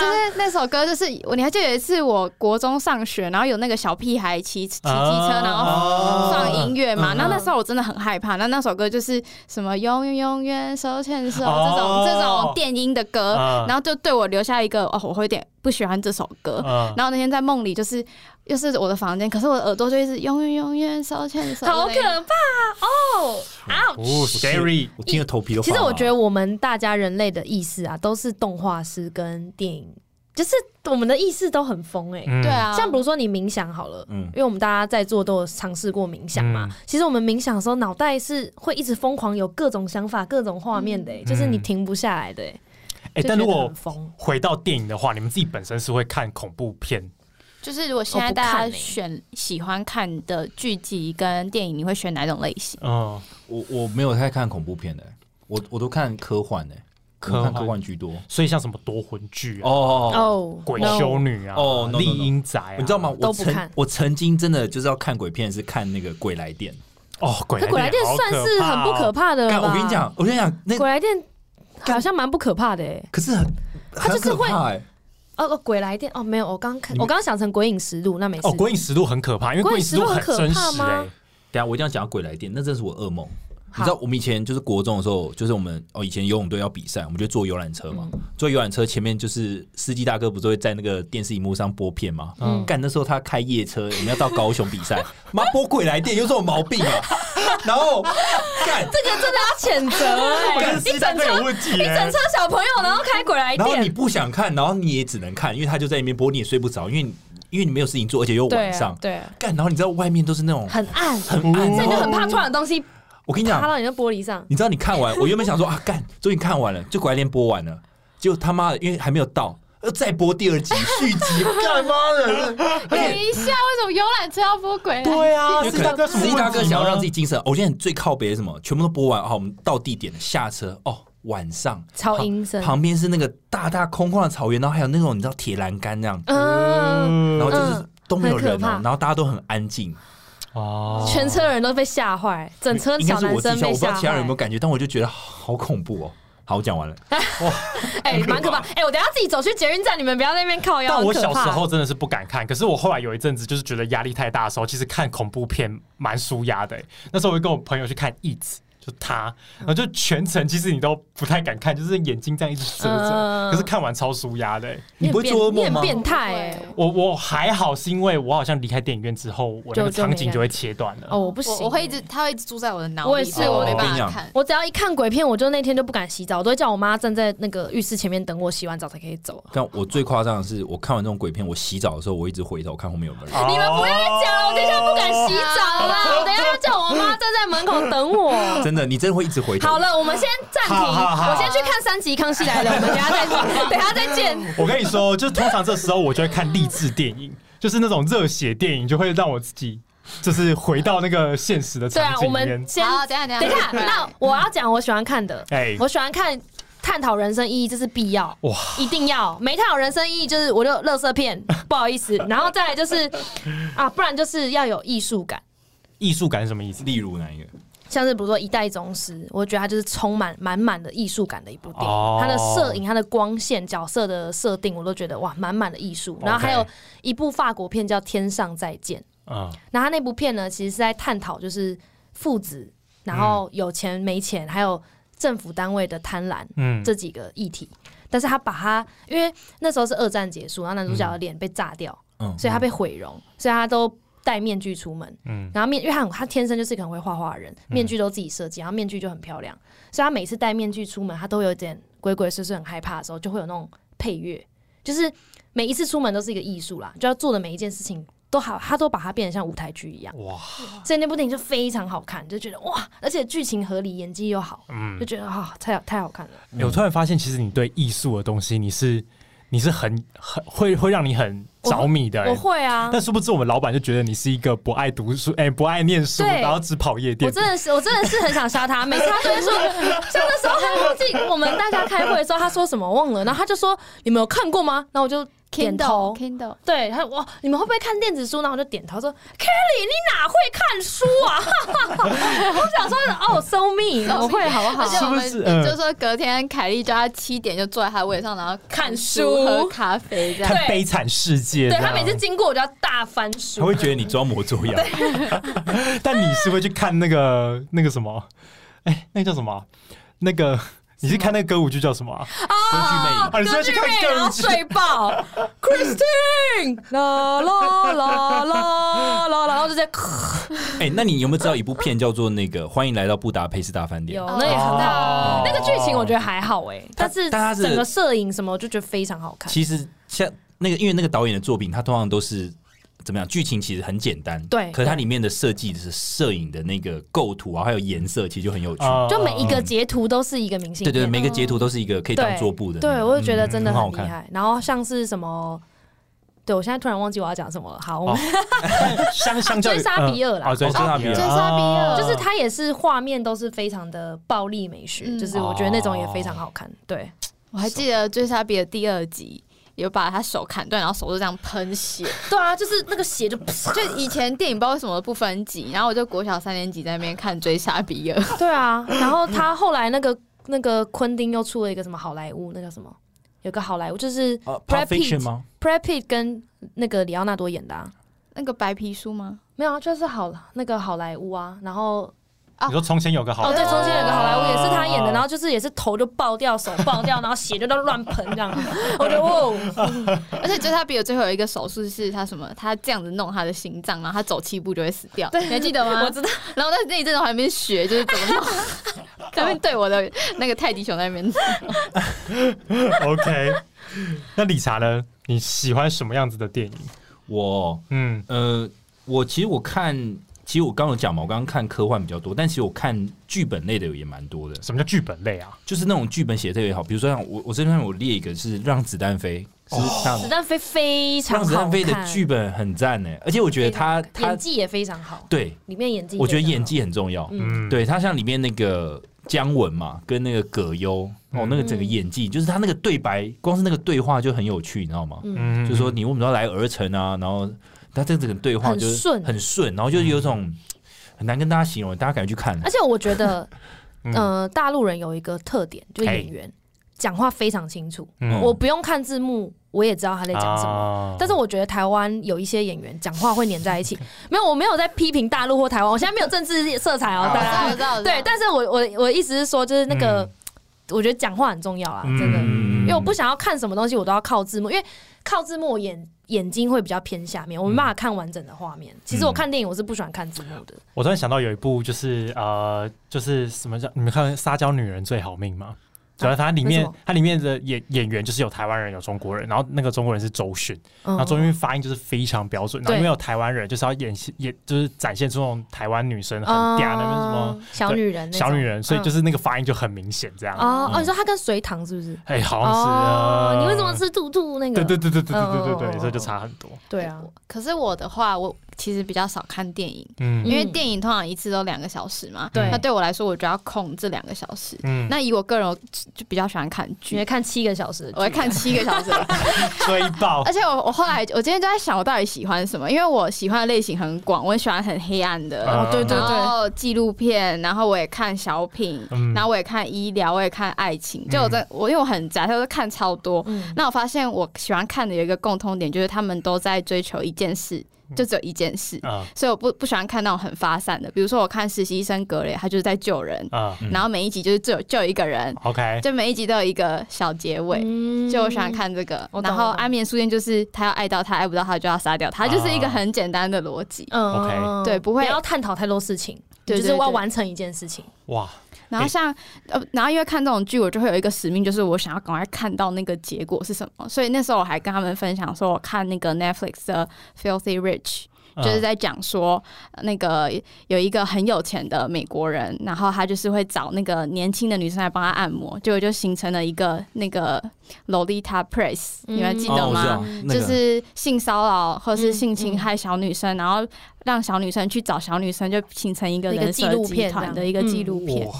就是那首歌，就是我你还记得有一次我国中上学，然后有那个小屁孩骑骑机车，然后后放音乐嘛，啊嗯然后那时候我真的很害怕。那那首歌就是什么永远永远手牵手这种哦这种电音的歌，嗯然后就对我留下一个哦，我会有点不喜欢这首歌。嗯然后那天在梦里就是又是我的房间，可是我的耳朵就一直永远永远手牵手，好可怕哦！啊，哦，scary，我听了头皮都其发实麻我觉得我们大家人类的意识啊，都是动画师跟电影，就是我们的意识都很疯哎。嗯对，啊，像比如说你冥想好了，嗯因为我们大家在座都有尝试过冥想嘛。嗯其实我们冥想的时候，脑袋是会一直疯狂有各种想法、各种画面的、欸，就是你停不下来的、欸。哎，就但觉如得果很疯，回到电影的话，你们自己本身是会看恐怖片，就是如果现在我不大看家欸选喜欢看的剧集跟电影，你会选哪种类型？嗯，我我没有太看恐怖片的、我我都看科幻的、科幻我看科幻居多。所以像什么夺魂剧啊、哦，哦鬼 no 修女啊哦、no，no，no 丽英宅啊，你知道吗？我都不看曾我曾经真的就是要看鬼片，是看那个《鬼来电》。哦，鬼那鬼来电好可算是很不怕可哦怕的了干，吧？我跟你，讲，我跟你讲，那鬼来电好像蛮不可怕的、欸。可是很它就很是可会怕哎。哦哦，鬼来电哦，没有，我刚看，你我刚刚想成鬼影实录，那没事。哦，鬼影实录很可怕，因为鬼鬼影影实实录录很很可真怕实吗哎，等一下我一定要讲到鬼来电，那真的是我噩梦。好你知道我们以前就是国中的时候，就是我们哦，以前游泳队要比赛，我们就坐游览车嘛。嗯坐游览车前面就是司机大哥，不是会在那个电视荧幕上播片吗？嗯干那时候他开夜车，我们要到高雄比 赛，妈播鬼来电有什么毛病啊？然后干，这个真的要谴 责我哎、觉欸！得一西整藏车这有问题一整欸车小朋友，然后开鬼来然后电你，不想看，然后你也只能看，因为他就在那边播，你也睡不着，因为你因为你没有事情做，而且又对晚啊上。对啊，干，然后你知道外面都是那种，很暗，所很暗，以然你就后很怕突然有东西我跟你讲趴，到你的玻璃上。你 知道你看完，我原本想说啊，干，终于看完了，就鬼来电播完了，结果他妈的，因为还没有到，呃，再播第二集续 欸集，干嘛的？而等且一下，为什么游览车要播鬼来？对啊，因为司机可大哥能什么司问机题大哥想要让自己己精神，哦我现在最靠北是什么？全部都播完啊，我们到地点了下车哦，晚上超旁阴森旁边是那个大大空旷的草原，然后还有那种你知道铁栏杆那样，嗯，然后就是嗯都没有人很可哦怕，然后大家都很安静，哦全车人都被吓坏，整车应该小是男我自生啊己想，我被不知吓道其他人有没坏有，感觉，但我就觉得好恐怖哦。好，我讲完了。哎，蛮可怕。哎，我等一下自己走去捷运站，你们不要在那边靠腰。但我很可小怕时候真的是不敢看，可是我后来有一阵子就是觉得压力太大的时候，其实看恐怖片蛮舒压的欸、那时候我就跟我朋友去看《It》，就他，然后就全程其实你都不太敢看，就是眼睛这样一直遮着，嗯可是看完超舒压的欸、你不会变做噩梦你很吗变态哎！我我还好，是因为我好像离开电影院之后，我那就个就没场景感就会切断了。哦，我不行，我我会一直，他会一直住在我的脑里，我也是所以我没我跟办你法讲看。我只要一看鬼片，我就那天就不敢洗澡，我都会叫我妈站在那个浴室前面等我洗完澡才可以走。但我最夸张的是，我看完这种鬼片，我洗澡的时候，我一直回头看后面有没有人。你们不要再讲了，我等一下不敢洗澡啦，我等一下要叫我妈站在门口等我。真的，你真的会一直回头。好，了，我们先暂停，好好好我先去看三集《康熙来了》，我们等一下再说，等一下再见。我跟你说，就是通常这时候我就会看励志电影，就是那种热血电影，就会让我自己就是回到那个现实的对场啊，景我里面们。先好，等一下等一等一下下，，那我要讲我喜欢看的，哎我喜欢看探讨人生意义，这是必要。哇，一定要没探讨人生意义，就是我就垃 圾片，不好意思。然后再来就是啊，不然就是要有艺术感，艺术感是什么意思？例如哪一个？像是比如说《一代宗师》，我觉得它就是充满满满的艺术感的一部电哦影。它的摄影、它的光线、角色的设定，我都觉得哇，满满的艺术。然后还有 OK 一部法国片叫《天上再见》，嗯，然后他那部片呢，其实是在探讨就是父子，然后有钱没钱，还有政府单位的贪婪，嗯这几个议题。但是他把他，因为那时候是二战结束，然后男主角的脸被炸掉，嗯，所以他被毁容，所以他都戴面具出门。嗯然后面，因为他很他天生就是一个很会画画的人，面具都自己设计，然后面具就很漂亮，所以他每次戴面具出门，他都有点鬼鬼祟祟、很害怕的时候，就会有那种配乐，就是每一次出门都是一个艺术啦，就要做的每一件事情都好，他都把它变得像舞台剧一样，哇，所以那部电影就非常好看，就觉得哇，而且剧情合理，演技又好，嗯就。觉得啊、太好太好看了。欸我突然发现，其实你对艺术的东西，你是你是很很会会让你很着迷的、我欸。会啊，但殊不知，我们老板就觉得你是一个不爱读书，哎、不爱念书，对然后只跑夜我店。真的是，我真的是很想杀 他。每次他就会说，像那时候他忘记我们大家开会的时候，他说什么我忘了，然后他就说你们有看过吗？然后我就点头 Kindle。Kindle，对，他哇，你们会不会看电子书？然后我就点头说，Kelly，你哪会看书啊？ 我想说，哦，so me，我会好不而且好？我们是不是嗯就说隔天凯莉叫他七点就坐在他位上，然后看书书、喝咖啡这样看。对悲惨世界，对这他样每次经过我就要大翻他书会，觉得你装模作 样。啊但你是会去看那个 那个什么？哎、那个叫什么啊？那个你是看那个歌舞剧叫什么啊？歌啊，你是会哦歌去剧看魅歌然舞后剧？睡 爆，Christine，啦啦啦啦啦，然后就在剧魅影。哎，那你有没有知道一部片叫做那个《欢迎来到布达佩斯大饭店有》？哦那也很大哦那个剧情我觉得还好哎、它但是但它是整个摄影什么，我就觉得非常好看。其实像那个，因为那个导演的作品，他通常都是怎么样？剧情其实很简单，对可是它里面的设计是摄影的那个构图啊，还有颜色，其实就很有趣。啊 就每一个截图都是一个明星对片，嗯对，每个截图都是一个可以当桌布的那对个。我就觉得真的嗯很好厉看害。然后像是什么，对我现在突然忘记我要讲什么了。好，我哦们相相较于追杀比尔啦嗯哦追杀比尔，哦追杀比尔哦 就是它也是画面都是非常的暴力美学，嗯就是我觉得那种也非哦常好看。对，我还记得《追杀比尔》第二集有把他手砍断，然后手就这样喷血。对啊，就是那个血就就就以前电影不知道为什么不分级，然后我就国小三年级在那边看《追杀比 尔》，对啊。然后他后来那个那个昆汀又出了一个什么好莱坞，那叫什么？有个好莱坞就是呃 Brad ，Pulp Pitt Fiction 吗？ Brad Pitt 跟那个里奥纳多演的、啊，那个白皮书吗？没有啊，就是好那个好莱坞啊，然后你说从前有个好哦莱对，坞，中间有个好莱坞也是他演的，哦然后就是也是头就爆掉，手爆掉，然后血就都乱喷这样， 我觉得哦，而且《追杀比尔》最后有一个手术是他什么？他这样子弄他的心脏，然后他走七步就会死掉，你还记得吗？我知道，然后但是那一阵子我还没学，就是怎么弄，在那边对我的那个泰迪熊在 那边。 OK，那理查呢？你喜欢什么样子的电影？我嗯，呃，我其实我看，其实我刚刚有讲嘛，我刚刚看科幻比较多，但其实我看剧本类的也蛮多的，什么叫剧本类啊？就是那种剧本写得特别好，比如说像我我这边我列一个是《让子弹飞》是那子弹飞非常让子好弹看，飞的剧本很赞呢，而且我觉得他非常他演技也非常好，对里面演技我觉得非常好演技很重要，嗯，对他像里面那个姜文嘛，跟那个葛优哦，那个嗯整个演技，就是他那个对白，光是那个对话就很有趣，你知道吗？嗯，就说你为什么要来儿城啊？然后他这整个对话很就是顺很顺，然后就是有种很难跟大家形容，大家赶紧去看。而且我觉 得，嗯呃，大陆人有一个特点，就是演员讲话非常清楚，嗯哦我不用看字幕，我也知道他在讲什么。么但是我觉得台湾有一些演员讲话会黏在一起，没有，我没有在批评大陆或台湾，我现在没有政治色彩哦，大我家知道，我知道对，但是我我我意思是说，就是那个，嗯我觉得讲话很重要啦，啊真的，因为我不想要看什么东西我都要靠字幕，因为靠字幕我眼眼睛会比较偏下面，我没嗯办法看完整的画面。其实我看电影我是不喜欢看字幕的，我突然想到有一部就是呃，就是什么叫你们看《撒娇女人最好命》吗？主要它里为面什么，它里面的演演员就是有台湾人，有中国人，然后那个中国人是周迅，嗯然后周迅发音就是非常标准，然后对因为有台湾人，就是要演戏，演就是展现出那种台湾女生很嗲的那种什么嗯小女人那种，小女人，所以就是是那个发音就很明显这样。哦嗯哦，你说她跟隋唐是不是？哎，好像是哦，呃你为什么吃兔兔那个？对对对对对对对对嗯对，所以就差很多。对啊，可是我的话，我其实比较少看电影，嗯因为电影通常一次都两个小时嘛。对那对我来说，我就要控这两个小时。嗯，那以我个人，我就比较喜欢看你会剧，啊看七个小时的剧，我会看七个 小时。追爆而且我我后来我今天就在想，我到底喜欢什么？因为我喜欢的类型很广，我很喜欢很黑暗的，哦对对对然后纪录片，然后我也看小品，嗯然后我也看医疗，我也看爱情。就我在、我因为我很宅，所以我就看超多。嗯那我发现我喜欢看的有一个共通点，就是他们都在追求一件事，就只有一件事。啊所以我不不喜欢看那种很发散的，比如说我看实习医生格雷，他就是在救人，啊嗯然后每一集就是只有救一个人， ，OK，就每一集都有一个小结尾。嗯就我喜欢看这个我。懂然后我懂安眠书店就是他要爱到他爱不到他就要杀掉他，就是一个很简单的逻辑。嗯 OK 对不会要探讨太多事情，对你就对对是要完成一件事情。哇，然后像呃，然后因为看这种剧，我就会有一个使命，就是我想要赶快看到那个结果是什么。所以那时候我还跟他们分享说，我看那个 Netflix 的《Filthy Rich》。就是嗯在讲说，呃那个有一个很有钱的美国人，然后他就是会找那个年轻的女生来帮他按摩，结果就形成了一个那个 Lolita Press，、你们记哦得我知吗？道那就个是性骚扰或是嗯性侵害小女生，然后让小女生去找小女生，就形成一个一个人纪蛇录集片团这的样一个纪嗯录片。哇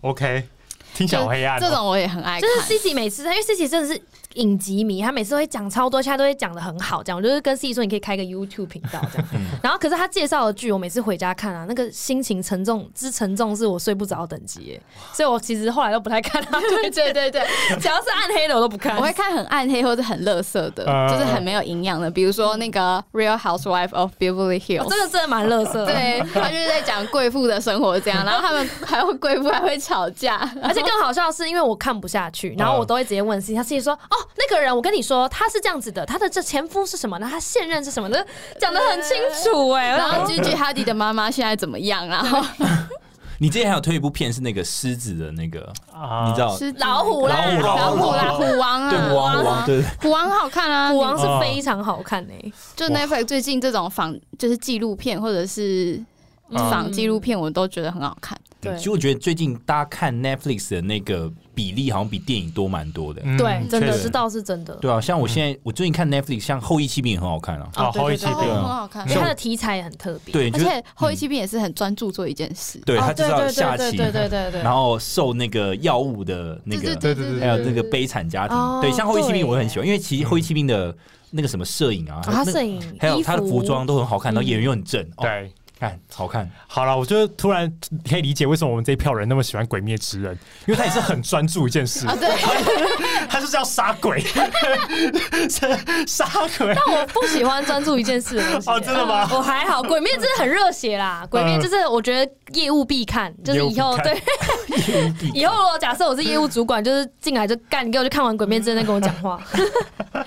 ，OK，听 起来好黑暗哦。这种我也很爱就看。是 C C 每次，因为 C C 真的是影集迷，他每次都会讲超多，现在都会讲的很好，这样我就是跟 C C 说，你可以开个 YouTube 频道这样。嗯然后，可是他介绍的剧，我每次回家看啊，那个心情沉重之沉重，是我睡不着等级耶，所以我其实后来都不太看啊 他推荐，对对，只要是暗黑的我都不看。我会看很暗黑或者很垃圾的，呃嗯就是很没有营养的，比如说那个《Real Housewife of Beverly 我 Hills》真。的哦真的蛮乐色，，对，他就是在讲贵妇的生活这样，然后他们还有贵妇还会吵架，而且更好笑的是，因为我看不下去，然后嗯我都会直接问 C，他自己说：“哦，那个人，我跟你说，他是这样子的，他的这前夫是什么，然后他现任是什么的，讲的很清楚哎、然然后后 Gigi Hadid 的妈妈现在怎么样，啊然后你之前还有推一部片是那个狮子的那个，啊你知道？是 老虎啦，老老虎虎啦，老虎虎王对，啊，虎王，虎王，对对虎王好看啊，虎你王是非常好看哎、就哇 Netflix 最近这种仿就是纪录片或者是嗯仿纪录片，我都觉得很好看。对对。其实我觉得最近大家看 Netflix 的那个比例好像比电影多蛮多的。嗯对，真的确这实倒是真的。对啊，像我现在我最近看 Netflix，像《后羿弃兵》也很好看啊。哦，对好一起哦，对对啊很好看因。为它的题材也很特别，对，而就是且后羿弃兵也是很专注做一件事，对哦，他就是要对下棋，对对对对对然后受那个药物的那个，对对对还有那个悲惨家哦庭。对，像《后羿弃兵》对我很喜欢，因为其实《后羿弃兵》的那个什么摄影啊，然后那哦摄影、还有衣他的服 装都很好看，然后演员又很正，哦，对。看好看。好了，我就突然可以理解为什么我们这一票人那么喜欢《鬼灭之刃》，因为他也是很专注一件事，啊对， 他就是要杀鬼，杀鬼。但我不喜欢专注一件事的东西。哦真的吗我还好，鬼灭真的很热血啦。鬼灭就是我觉得业务必看，就是以后业务必看对，以后如果假设我是业务主管，就是进来就干，你给我去看完鬼灭之刃再跟我讲话。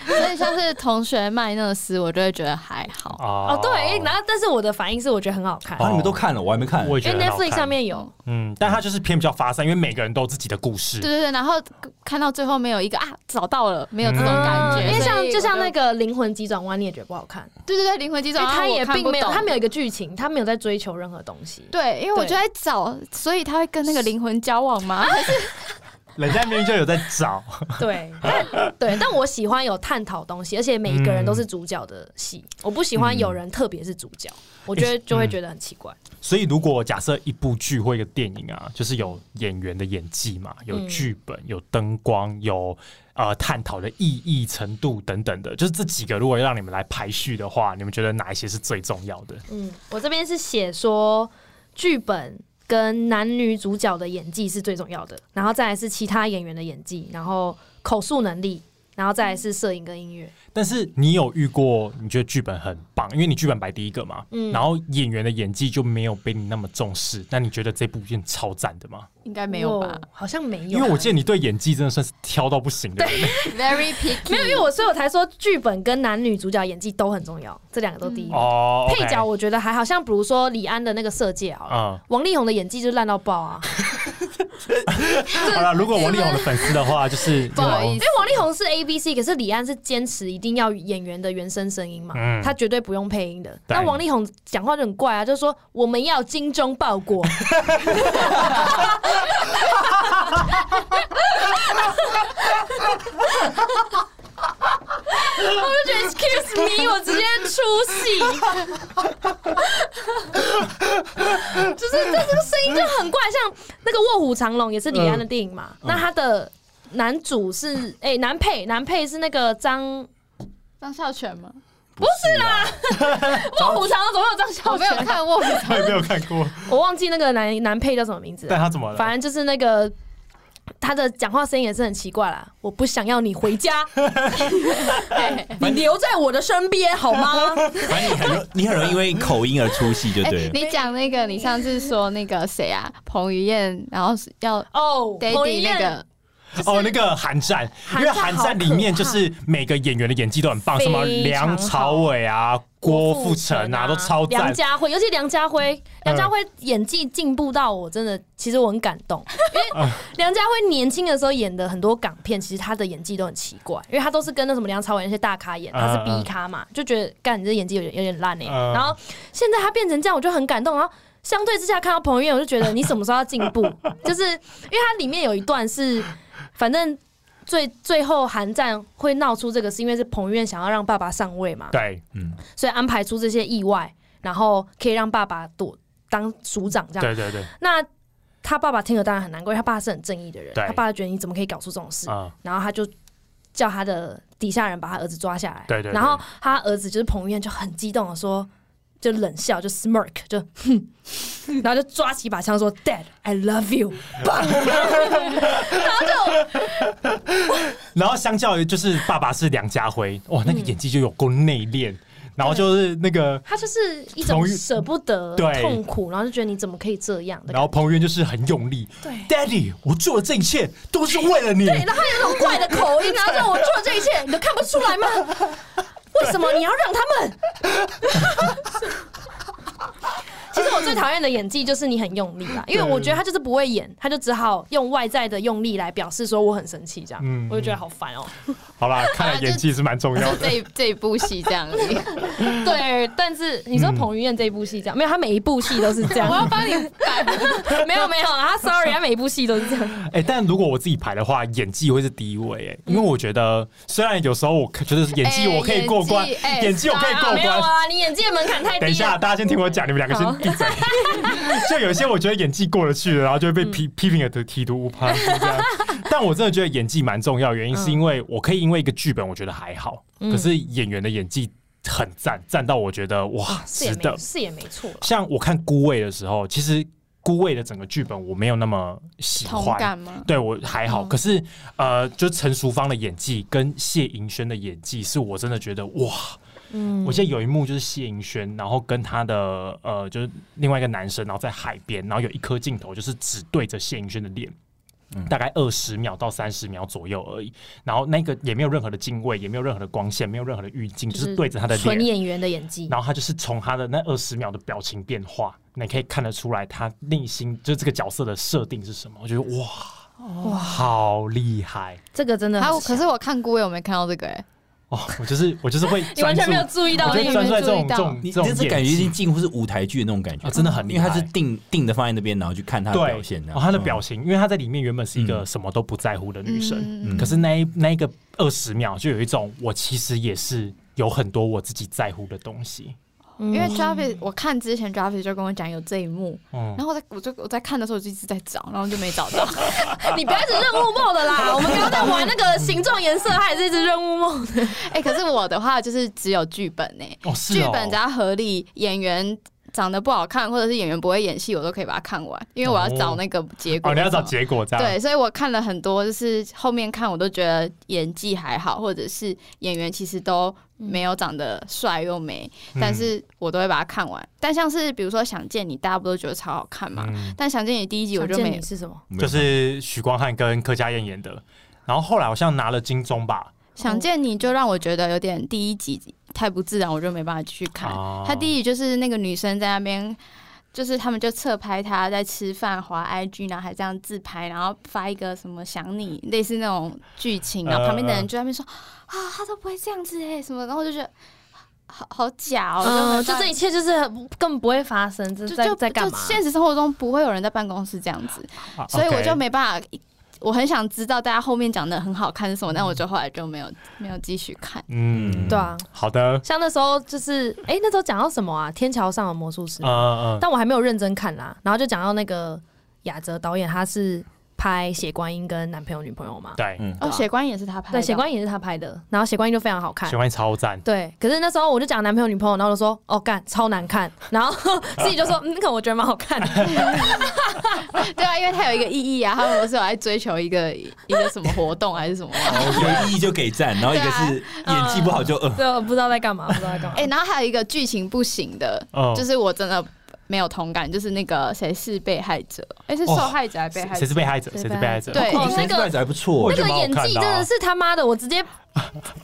所以像是同学麦纳斯，我就会觉得还好。 哦哦，对，然后但是我的反应是我觉得很好看，啊，你们都看了，我还没看。我也觉因得为很好看哎 Netflix 上，面有。嗯，但他就是偏比较发散，因为每个人都有自己的故事对，对对，然后看到最后没有一个啊找到了，没有这种嗯嗯感觉，嗯因为像所以就像那我个《灵魂急转弯》，你也觉得不好看，对对对灵魂急因转为弯，它也我看不并没有，懂它没有一个剧情，它没有在追求任何东西。对，因为我对就在找，所以他会跟那个灵魂交往吗？还是人家明明就有在找， 对，啊但对，但我喜欢有探讨东西，而且每一个人都是主角的戏，我不喜欢有人特别是主角，我觉得就会觉得很奇怪。所以如果假设一部剧或一个电影啊，就是有演员的演技嘛，有剧本，有灯光，有呃探讨的意义程度等等的，就是这几个，如果让你们来排序的话，你们觉得哪一些是最重要的？嗯，我这边是写说剧本跟男女主角的演技是最重要的，然后再来是其他演员的演技，然后口述能力，然后再来是摄影跟音乐。但是你有遇过你觉得剧本很棒，因为你剧本排第一个嘛，嗯然后演员的演技就没有被你那么重视，那你觉得这部片超赞的吗？ 应该没有吧哇好像没有啊，因为我记得你对演技真的算是挑到不行的人， ？Very picky，没有，因为我所以我才说剧本跟男女主角演技都很重要，这两个都第一名。哦配角我觉得还好像，比如说李安的那个《色戒》好了，啊。嗯王力宏的演技就烂到爆啊！ 好了，如果王力宏的粉丝的话，就是不好意因思为，王力宏是 A B C，可是李安是坚持一定要演员的原声声音嘛，嗯他绝对不用配音的。对那王力宏讲话就很怪啊，就说我们要精忠 报国，我就觉得 excuse me，我直接出戏， 就是这这个声音就很怪，像那个《卧虎藏龙》也是李安的电影嘛，嗯那他的男主是哎、男配男配是那个张《张孝全吗？不是啦，卧虎藏龙》，怎么会 有张孝我没有全？看过，他也没有看过，我忘记那个男男配叫什么名字了但，他怎么了？反正就是那个。他的讲话声音也是很奇怪啦，我不想要你回 家，哎你留在我的身边好吗？反哎正你很容 你很容易因为口音而出戏，就对了。哎你讲那个，你上次说那个谁啊，彭于晏，然后是要 哦，彭于 daddy 那晏个，哦，那个韩战，因韩为战韩战里面就是每个演员的演技都很棒，非什么常好梁朝伟啊、郭富城啊，都超梁赞。嗯家辉，尤其梁家辉，梁家辉演技进步到我真的，其实我很感 动，因为梁家辉年轻的时候演的很多港片，其实他的演技都很奇怪，因为他都是跟那什么梁朝伟那些大咖演，他是 B 咖嘛，就觉得干你这演技有点有点烂哎、嗯然后现在他变成这样，我就很感动，然后。相对之下，看到彭于晏，我就觉得你什么时候要进 步？就是因为它里面有一段是，反正最最后韩战会闹出这个，是因为是彭于晏想要让爸爸上位嘛。对，嗯，所以安排出这些意外，然后可以让爸爸躲当署长这样。对对对，那他爸爸听了当然很难过，因为他爸是很正义的人，对他爸觉得你怎么可以搞出这种事，啊，然后他就叫他的底下人把他儿子抓下来。对对对然后他儿子就是彭于晏就很激动的说。就冷笑，就 smirk，就哼， 然后就抓起一把枪说：“Dad, I love you。然后相较于就是爸爸是梁家辉，哇，嗯那个演技就有够内敛，然后就是那个”，他就是一彭种于舍不得、对痛苦，然后就觉得你怎么可以这样的然后彭于晏就是很用力对，Daddy，我做的这一切都是为了你。对，然后他有那种怪的口音，然后说我做这一切，你都看不出来吗？为什么你要让他们？ 其实我最讨厌的演技就是你很用力啦，因为我觉得他就是不会演，他就只好用外在的用力来表示说我很生气这样，嗯我就觉得好烦哦、好啦，看来演技是蛮重要这的。一这一部戏这样子。 对，但是你嗯说彭于晏这一部戏这样，没有他每一部戏都是这 样，我要帮你反，没有没 有，他 sorry，他每一部戏都是这样，哎，但如果我自己排的话，演技会是第一位，哎，因嗯为我觉得虽然有时候我觉得演技哎我可以过关演技，哎演技我可以过没有关，啊，你演技的门槛太低了。等一下，大家先听我讲，你们两个好先闭嘴。 就有一些我觉得演技过得去的，然后就会被嗯批批评的体无旁骛这样。但我真的觉得演技蛮重要，原因嗯是因为我可以因为一个剧本我觉得还好，可是演员的演技很赞，赞到我觉得哇是哦也值得没。是也没错啦，像我看《孤味》的时候，其实《孤味》的整个剧本我没有那么喜同欢，感吗？对我还好，可是呃，就陈淑芳的演技跟谢盈萱的演技，是我真的觉得哇，我记得有一幕就是谢盈萱，然后跟她的呃，就是另外一个男生，然后在海边，然后有一颗镜头就是只对着谢盈萱的脸。大概二十秒到三十秒左右而已，然后那个也没有任何的敬畏，也没有任何的光线，没有任何的运镜，就是对着她的纯脸，演员的演技。然后他就是从他的那二十秒的表情变化，你可以看得出来他内心就是这个角色的设定是什么。我觉得哇，哇，好厉害！这个真的还很有，可是我看顾魏，我没看到这个哎、哦，我就是我就是会你完专全注没有注意到我专觉注得你专注在没注意这种这到种你这种这是感演觉已技经近乎是舞台剧的那种感觉啊，，真的很厉因害，为他是定定的放在那边，然后去看他的对表现这样，哦，她的嗯表情，因为她在里面原本是一个嗯什么都不在乎的女生，嗯嗯可是那一那一个二十秒就有一种我其实也是有很多我自己在乎的东西，因因为 Travis，我看之前 Travis 就跟我讲有这一幕，嗯然，后我在我就我在看的时候我就一直在找，然后就没找 到。你不要一直任务梦的啦，我们刚刚在玩那个形状颜色，还是一直任务梦的。哎、可是我的话就是只有剧本呢、哦是剧哦，本只要合理，演员长得不好看，或者是演员不会演戏，我都可以把它看完，因为我要找那个结果。哦你要找结果这样，对，所以我看了很多，就是后面看我都觉得演技还好，或者是演员其实都没有长得帅又美，嗯但是我都会把它看完。但像是比如说《想见你》，大家不都觉得超好看嘛？嗯但《想见你》第一集我就想见没你，是什么？没有就是许光汉跟柯佳燕演的，然后后来好像拿了金钟吧，哦想见你就让我觉得有点第一集太不自然，我就没办法继续看。哦他第一集就是那个女生在那边，就是他们就侧拍她在吃饭、滑 IG，然后还这样自拍，然后发一个什么想你，类似那种剧情，嗯然后旁边的人就在那边说、啊，他都不会这样子哎、什么，然后我就觉得好好假哦、嗯，就没办法就这一切就是更不会发生，这就是就在在干嘛就？现实生活中不会有人在办公室这样子，啊所以我 OK 就没办法。我很想知道大家后面讲的很好看是什么，但我就后来就没有没有继续看。嗯，对啊，好的，像那时候就是，哎、那时候讲到什么啊？天桥上的魔术师，嗯嗯但我还没有认真看啦。然后就讲到那个雅哲导演，他是拍《血观音》跟男朋友女朋友嘛，对，嗯哦，血观也是他拍的，对，《血观音》也是他拍的，然后《血观音》就非常好看喜。欢超赞，对，可是那时候我就讲男朋友女朋友，然后我就说哦干超难看，然后 自己就说嗯，那个我觉得蛮好看的， 对 啊，因为它有一个意义啊，他们不是有在追求一个 一个什么活动还是什么吗？哦有意义就给赞，然后一个是演技不好就呃，就不知道在干嘛，不知道在干嘛。哎、然后还有一个剧情不行的，哦嗯，就是我真的没有同感，就是那个谁是被害者？哎、是受害者还是被害者？谁是被害者，哦谁谁是是被被害害者者，对哦哦，那那个个还不错 我那觉个得蛮好演看技的真啊的是他妈的，我直接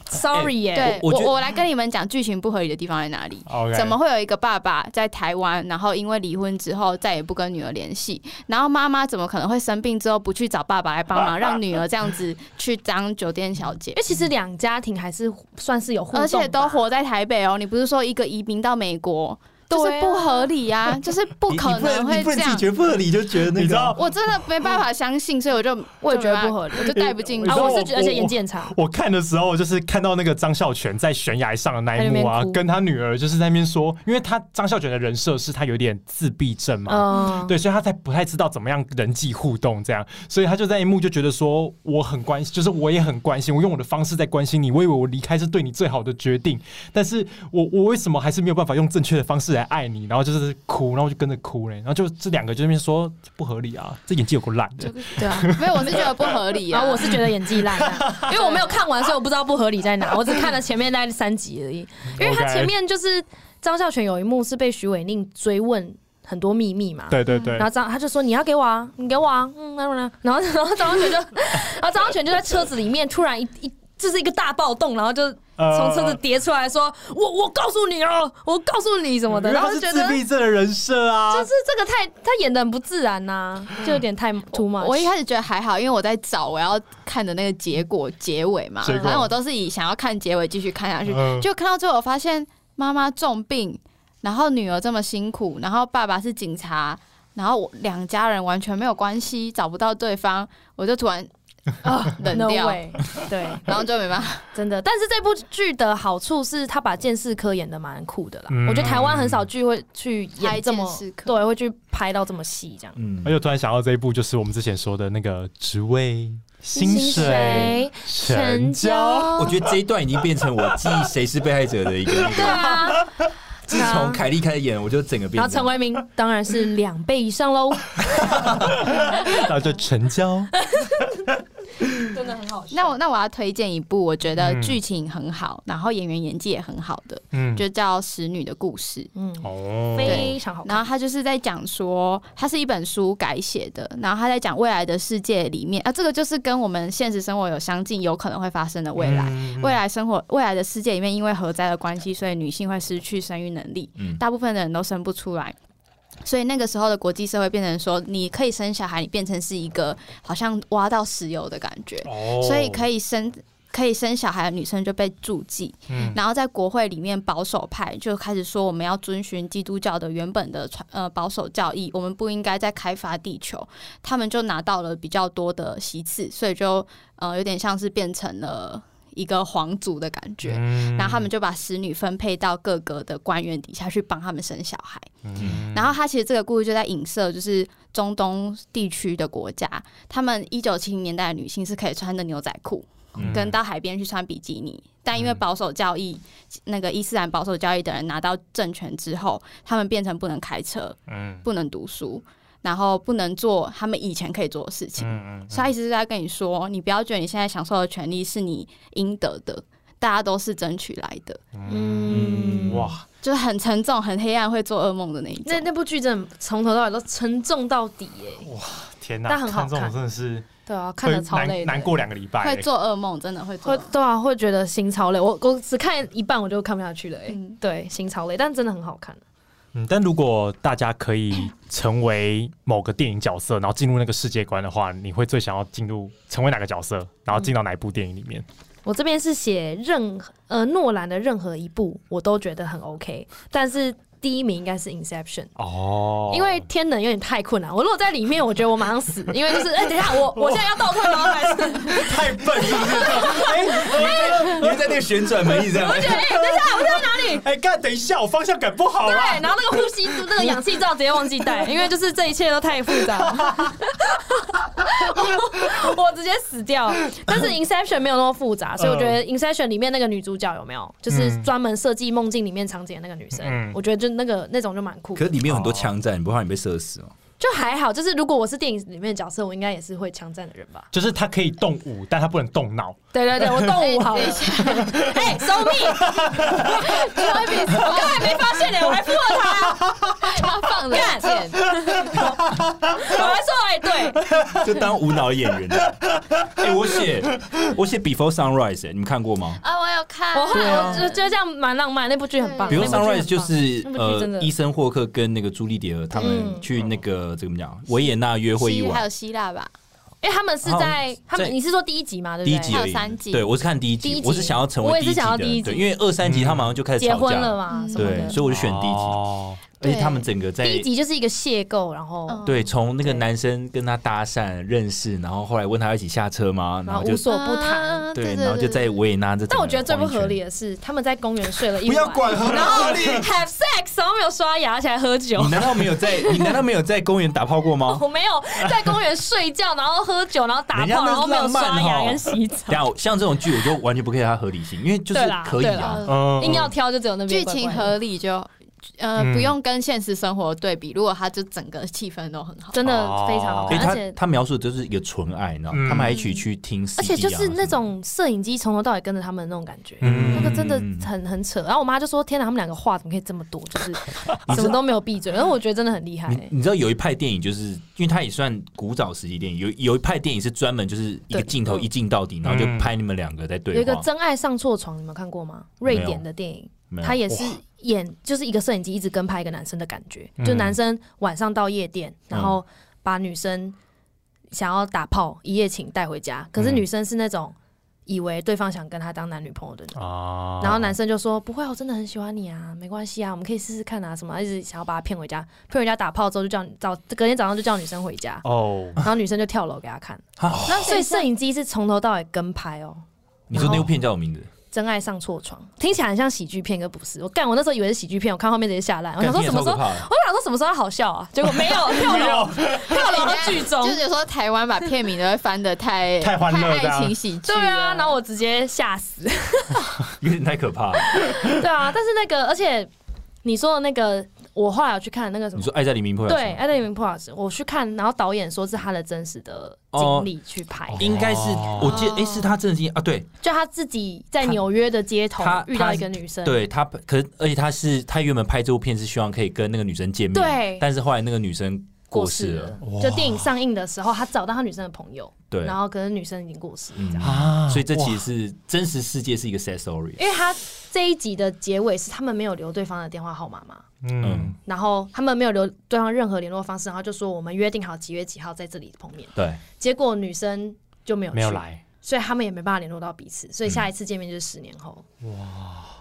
sorry 耶、哎对我我我觉得我来跟你们讲剧情不合理的地方在哪里。 OK 怎么会有一个爸爸在台湾，然后因为离婚之后再也不跟女儿联系，然后妈妈怎么可能会生病之后不去找爸爸来帮忙，让女儿这样子去当酒店小姐 因？为其实两家庭还是算是有互动吧，而且都活在台北哦。你不是说一个移民到美国，就对是啊不合理啊，就是不你可能你会不这能自己样觉。得不合理就觉得那个，你知道我真的没办法相信，所以我就我也觉得不合，合理。我就带不进去你啊，知道我我是觉得，而且我演技很差。我看的时候，就是看到那个张孝全在悬崖上的那一幕在那边啊哭，跟他女儿就是在那边说，因为他张孝全的人设是他有点自闭症嘛，嗯，对，所以他才不太知道怎么样人际互动这样，所以他就在一幕就觉得说我很关心，就是我也很关心，我用我的方式在关心你，我以为我离开是对你最好的决定，但是我我为什么还是没有办法用正确的方式来爱你？然后就是哭，然后我就跟着哭嘞，然后就这两个就在那边说不合理啊，这演技有够烂的，对啊，没有，我是觉得不合理然啊。后我是觉得演技烂啊， 因为我没有看完，所以我不知道不合理在哪。我只看了前面大概三集而已，因为他 OK 前面就是张孝全有一幕是被徐伟宁追问很多秘密嘛，对对对嗯然，后张他就说你要给我啊，你给我啊，嗯，那那然后 然后张孝全就，然后张孝全就在车子里面突然一一。就是一个大暴动，然后就呃从车子跌出来说：“我我告诉你哦，我告诉你什么的。”嗯因为然他后是就觉自得闭症的人设啊，就是这个太他演的很不自然呐、就有点太 too much。我一开始觉得还好，因为我在找我要看的那个结果结尾嘛，结果反正我都是以想要看结尾继续看下去。嗯就看到最后，我发现妈妈重病，然后女儿这么辛苦，然后爸爸是警察，然后我两家人完全没有关系，找不到对方，我就突 然啊、冷 No 掉 way，对，然后就没办法。真的。但是这部剧的好处是，他把剑士科演的蛮酷的啦。嗯我觉得台湾很少剧会去演这么拍剑士科对，会去拍到这么细这样。嗯而，哎且我突然想到这一部，就是我们之前说的那个职位、薪水、成交。我觉得这一段已经变成我记忆谁是被害者的一个那 对个。啊，自从凯莉开始演，我就整个变。然后陈为民当然是两倍以上 喽，然后就成 交。真的很好笑。那我那我要推荐一部，我觉得嗯剧情很好，然后演员演技也很好的，嗯，就叫《使女的故事》。嗯，哦非常好看。然后他就是在讲说，它是一本书改写的，然后他在讲未来的世界里面啊，这个就是跟我们现实生活有相近，有可能会发生的未来。嗯未来生活、未来的世界里面，因为核灾的关系，所以女性会失去生育能力，嗯大部分的人都生不出来。所以那个时候的国际社会变成说，你可以生小孩，你变成是一个好像挖到石油的感觉，哦所以可以生可以生小孩的女生就被注记，嗯然后在国会里面保守派就开始说我们要遵循基督教的原本的传呃保守教义，我们不应该再开发地球，他们就拿到了比较多的席次，所以就呃有点像是变成了一个皇族的感觉。嗯然后他们就把使女分配到各个的官员底下去帮他们生小孩。嗯然后他其实这个故事就在影射，就是中东地区的国家，他们一九七零年代的女性是可以穿着牛仔裤，嗯跟到海边去穿比基尼。但因为保守教义，那个伊斯兰保守教义的人拿到政权之后，他们变成不能开车，嗯不能读书，然后不能做他们以前可以做的事情。嗯所以他意思是在跟你说，你不要觉得你现在享受的权利是你应得的，大家都是争取来的，嗯，嗯，哇，就是很沉重、很黑暗、会做噩梦的那一那种。那部剧真的从头到尾都沉重到底耶。天哪，但很好看这种看真的是对啊，看会得超累的难难过两个礼拜欸会，做噩梦，真的会做会噩梦。对啊，会觉得心超累。我我只看一半我就看不下去了哎、嗯对，心超累，但真的很好看。嗯，但如果大家可以成为某个电影角色，然后进入那个世界观的话，你会最想要进入成为哪个角色，然后进到哪一部电影里面？我这边是写任何呃诺兰的任何一部我都觉得很 OK，但是第一名应该是 Inception。哦因为天能有点太困难，我如果在里面，我觉得我马上死，因为就是，哎、等一下，我我现在要倒退吗？还是太笨是不是？哎、 你们在那个旋转门一直这样。我觉得，哎、等一下，我在哪里？哎，干，等一下，我方向感不好啊！对，然后那个呼吸那个氧气罩直接忘记带，因为就是这一切都太复杂了， 我我直接死掉。但是 Inception 没有那么复杂，所以我觉得嗯 Inception 里面那个女主角有没有，就是专门设计梦境里面场景的那个女生，嗯我觉得就那个那种就蛮酷的可。是里面有很多枪战，你不怕你被射死哦？就还好，就是如果我是电影里面的角色，我应该也是会枪战的人吧？就是他可以动武，但他不能动脑。对对对，我动武好了哎等一。哎，收 命！我刚才没发现呢，我还附和他，他放了 一箭，我还说哎啊 对，就当无脑演员的。哎、我写我写 Before Sunrise，、哎，你们看过吗？啊，我有看，我后来我就啊觉得这样蛮浪漫，那部剧很棒。比如哦那部剧 Sunrise 很棒就是那部剧真呃，的伊森霍克跟那个朱莉蝶儿他们嗯去那个这个怎么讲维也纳约会一希还晚有，希腊吧，因为他们是在他在们，你是说第一集嘛？对不第对？一集而还有三已。集对，我是看第一第集一，集我是想要成为我也第是一集想要的，第一集对，因为二三集他马上就开始结吵婚架了，嘛？嗯什么对，的。所以我就选第一集。哦而且对他们整个在第一集就是一个邂逅，然后嗯对，从那个对男生跟他搭讪认识，然后后来问他要一起下车吗？然然后后就啊无所不谈。啊对，然后就在维也纳这整个但我觉得最不合理环的是，他们在公园睡了一圈。晚，合 然后 have sex，然后没有刷牙，而且还喝酒 你。难道没有在？你难道没有在公园打炮过吗？我没有在公园睡觉，然后喝酒，然后打人家炮，那然后没有浪漫刷牙哦跟洗澡。等一下，像这种剧，我就完全不 care 它合理性，因为就是对啦可以对啊啦。嗯硬要挑就只有那边剧怪怪情的合理就。呃，嗯不用跟现实生活对比，如果他就整个气氛都很好，真的非常好所以看，而他且他描述的就是一个纯爱，你知道吗嗯他们还一起去听 CD 啊而且就什是么的那种摄影机从头到尾跟着他们那种感觉。嗯那个真的很很扯，然后我妈就说：“天哪，他们两个话怎么可以这么多？ 就是什么都没有闭嘴。”然后我觉得真的很厉害、欸你你知道有一派电影，就是因为它也算古早时期电影，有有一派电影是专门就是一个对镜头嗯一镜到底，然后就拍你们两个在对有一个话。《真爱上错床》，你们看过吗？没有瑞典的电影，没有他也是演就是一个摄影机一直跟拍一个男生的感觉，嗯就男生晚上到夜店，然后把女生想要打炮一夜情带回家，可是嗯女生是那种以为对方想跟他当男女朋友的啊然后男生就说：“不会啊，我真的很喜欢你啊，没关系啊，我们可以试试看啊，什么啊一直想要把他骗回家，骗回家打炮之后就叫早隔天早上就叫女生回家，哦，然后女生就跳楼给他看。啊那所以摄影机是从头到尾跟拍哦，你说那部片叫什么名字？ 《真爱上错床》听起来很像喜剧片，可不是。我干，我那时候以为是喜剧片，我看后面直接吓烂，我想干片说什么超可时候，怕我的想说什么时候好笑啊，结果 没有跳楼，跳 楼到剧中就。是说台湾把片名都会翻的太 太欢乐这样爱情喜剧对了，啊，然后我直接吓死。有点太可怕了。 对啊，但是那个，而且你说的那个，我后来有去看那个什你么说。《爱在黎明破啊晓》对，《艾德明普老师》，我去看，然后导演说是他的真实的哦经历去拍，应该是我记得，哎，是他真的经啊？对，就他自己在纽约的街头他遇到一个女生，对他，可是而且他是他原本拍这部片是希望可以跟那个女生见面，对但是后来那个女生过世了，哇就电影上映的时候，他找到他女生的朋友，对，然后可是女生已经过世了，这样。啊嗯所以这其实是真实世界是一个 sad story，因为他这一集的结尾是他们没有留对方的电话号码嘛，嗯然后他们没有留对方任何联络方式，然后就说我们约定好几月几号在这里碰面，对，结果女生就没有去没有来，所以他们也没办法联络到彼此，所以下一次见面就是十年后。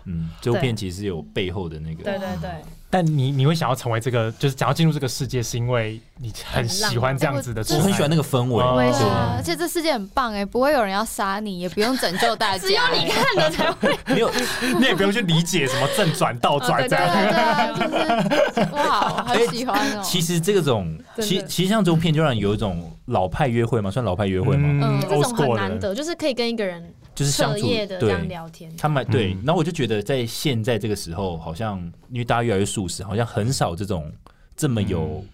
嗯，这部片其实有背后的那个对对对，但你你会想要成为这个，就是想要进入这个世界，是因为你很喜欢这样子的哎状我态，很喜欢那个氛围，哦我也对是啊，而且这世界很棒哎、不会有人要杀你，也不用拯救大家、只有你看了才会。没有 你也不用去理解什么正转倒转这对样。啊对啊，就是哇，好喜欢 哦、其实这个种，真的其其实像这部片就让你有一种老派约会嘛，算老派约会嘛，嗯这种 old school 很的难得，就是可以跟一个人就是相彻处夜的这样对。聊天。他们对嗯，然后我就觉得在现在这个时候，好像因为大家越来越素食，好像很少这种这么嗯有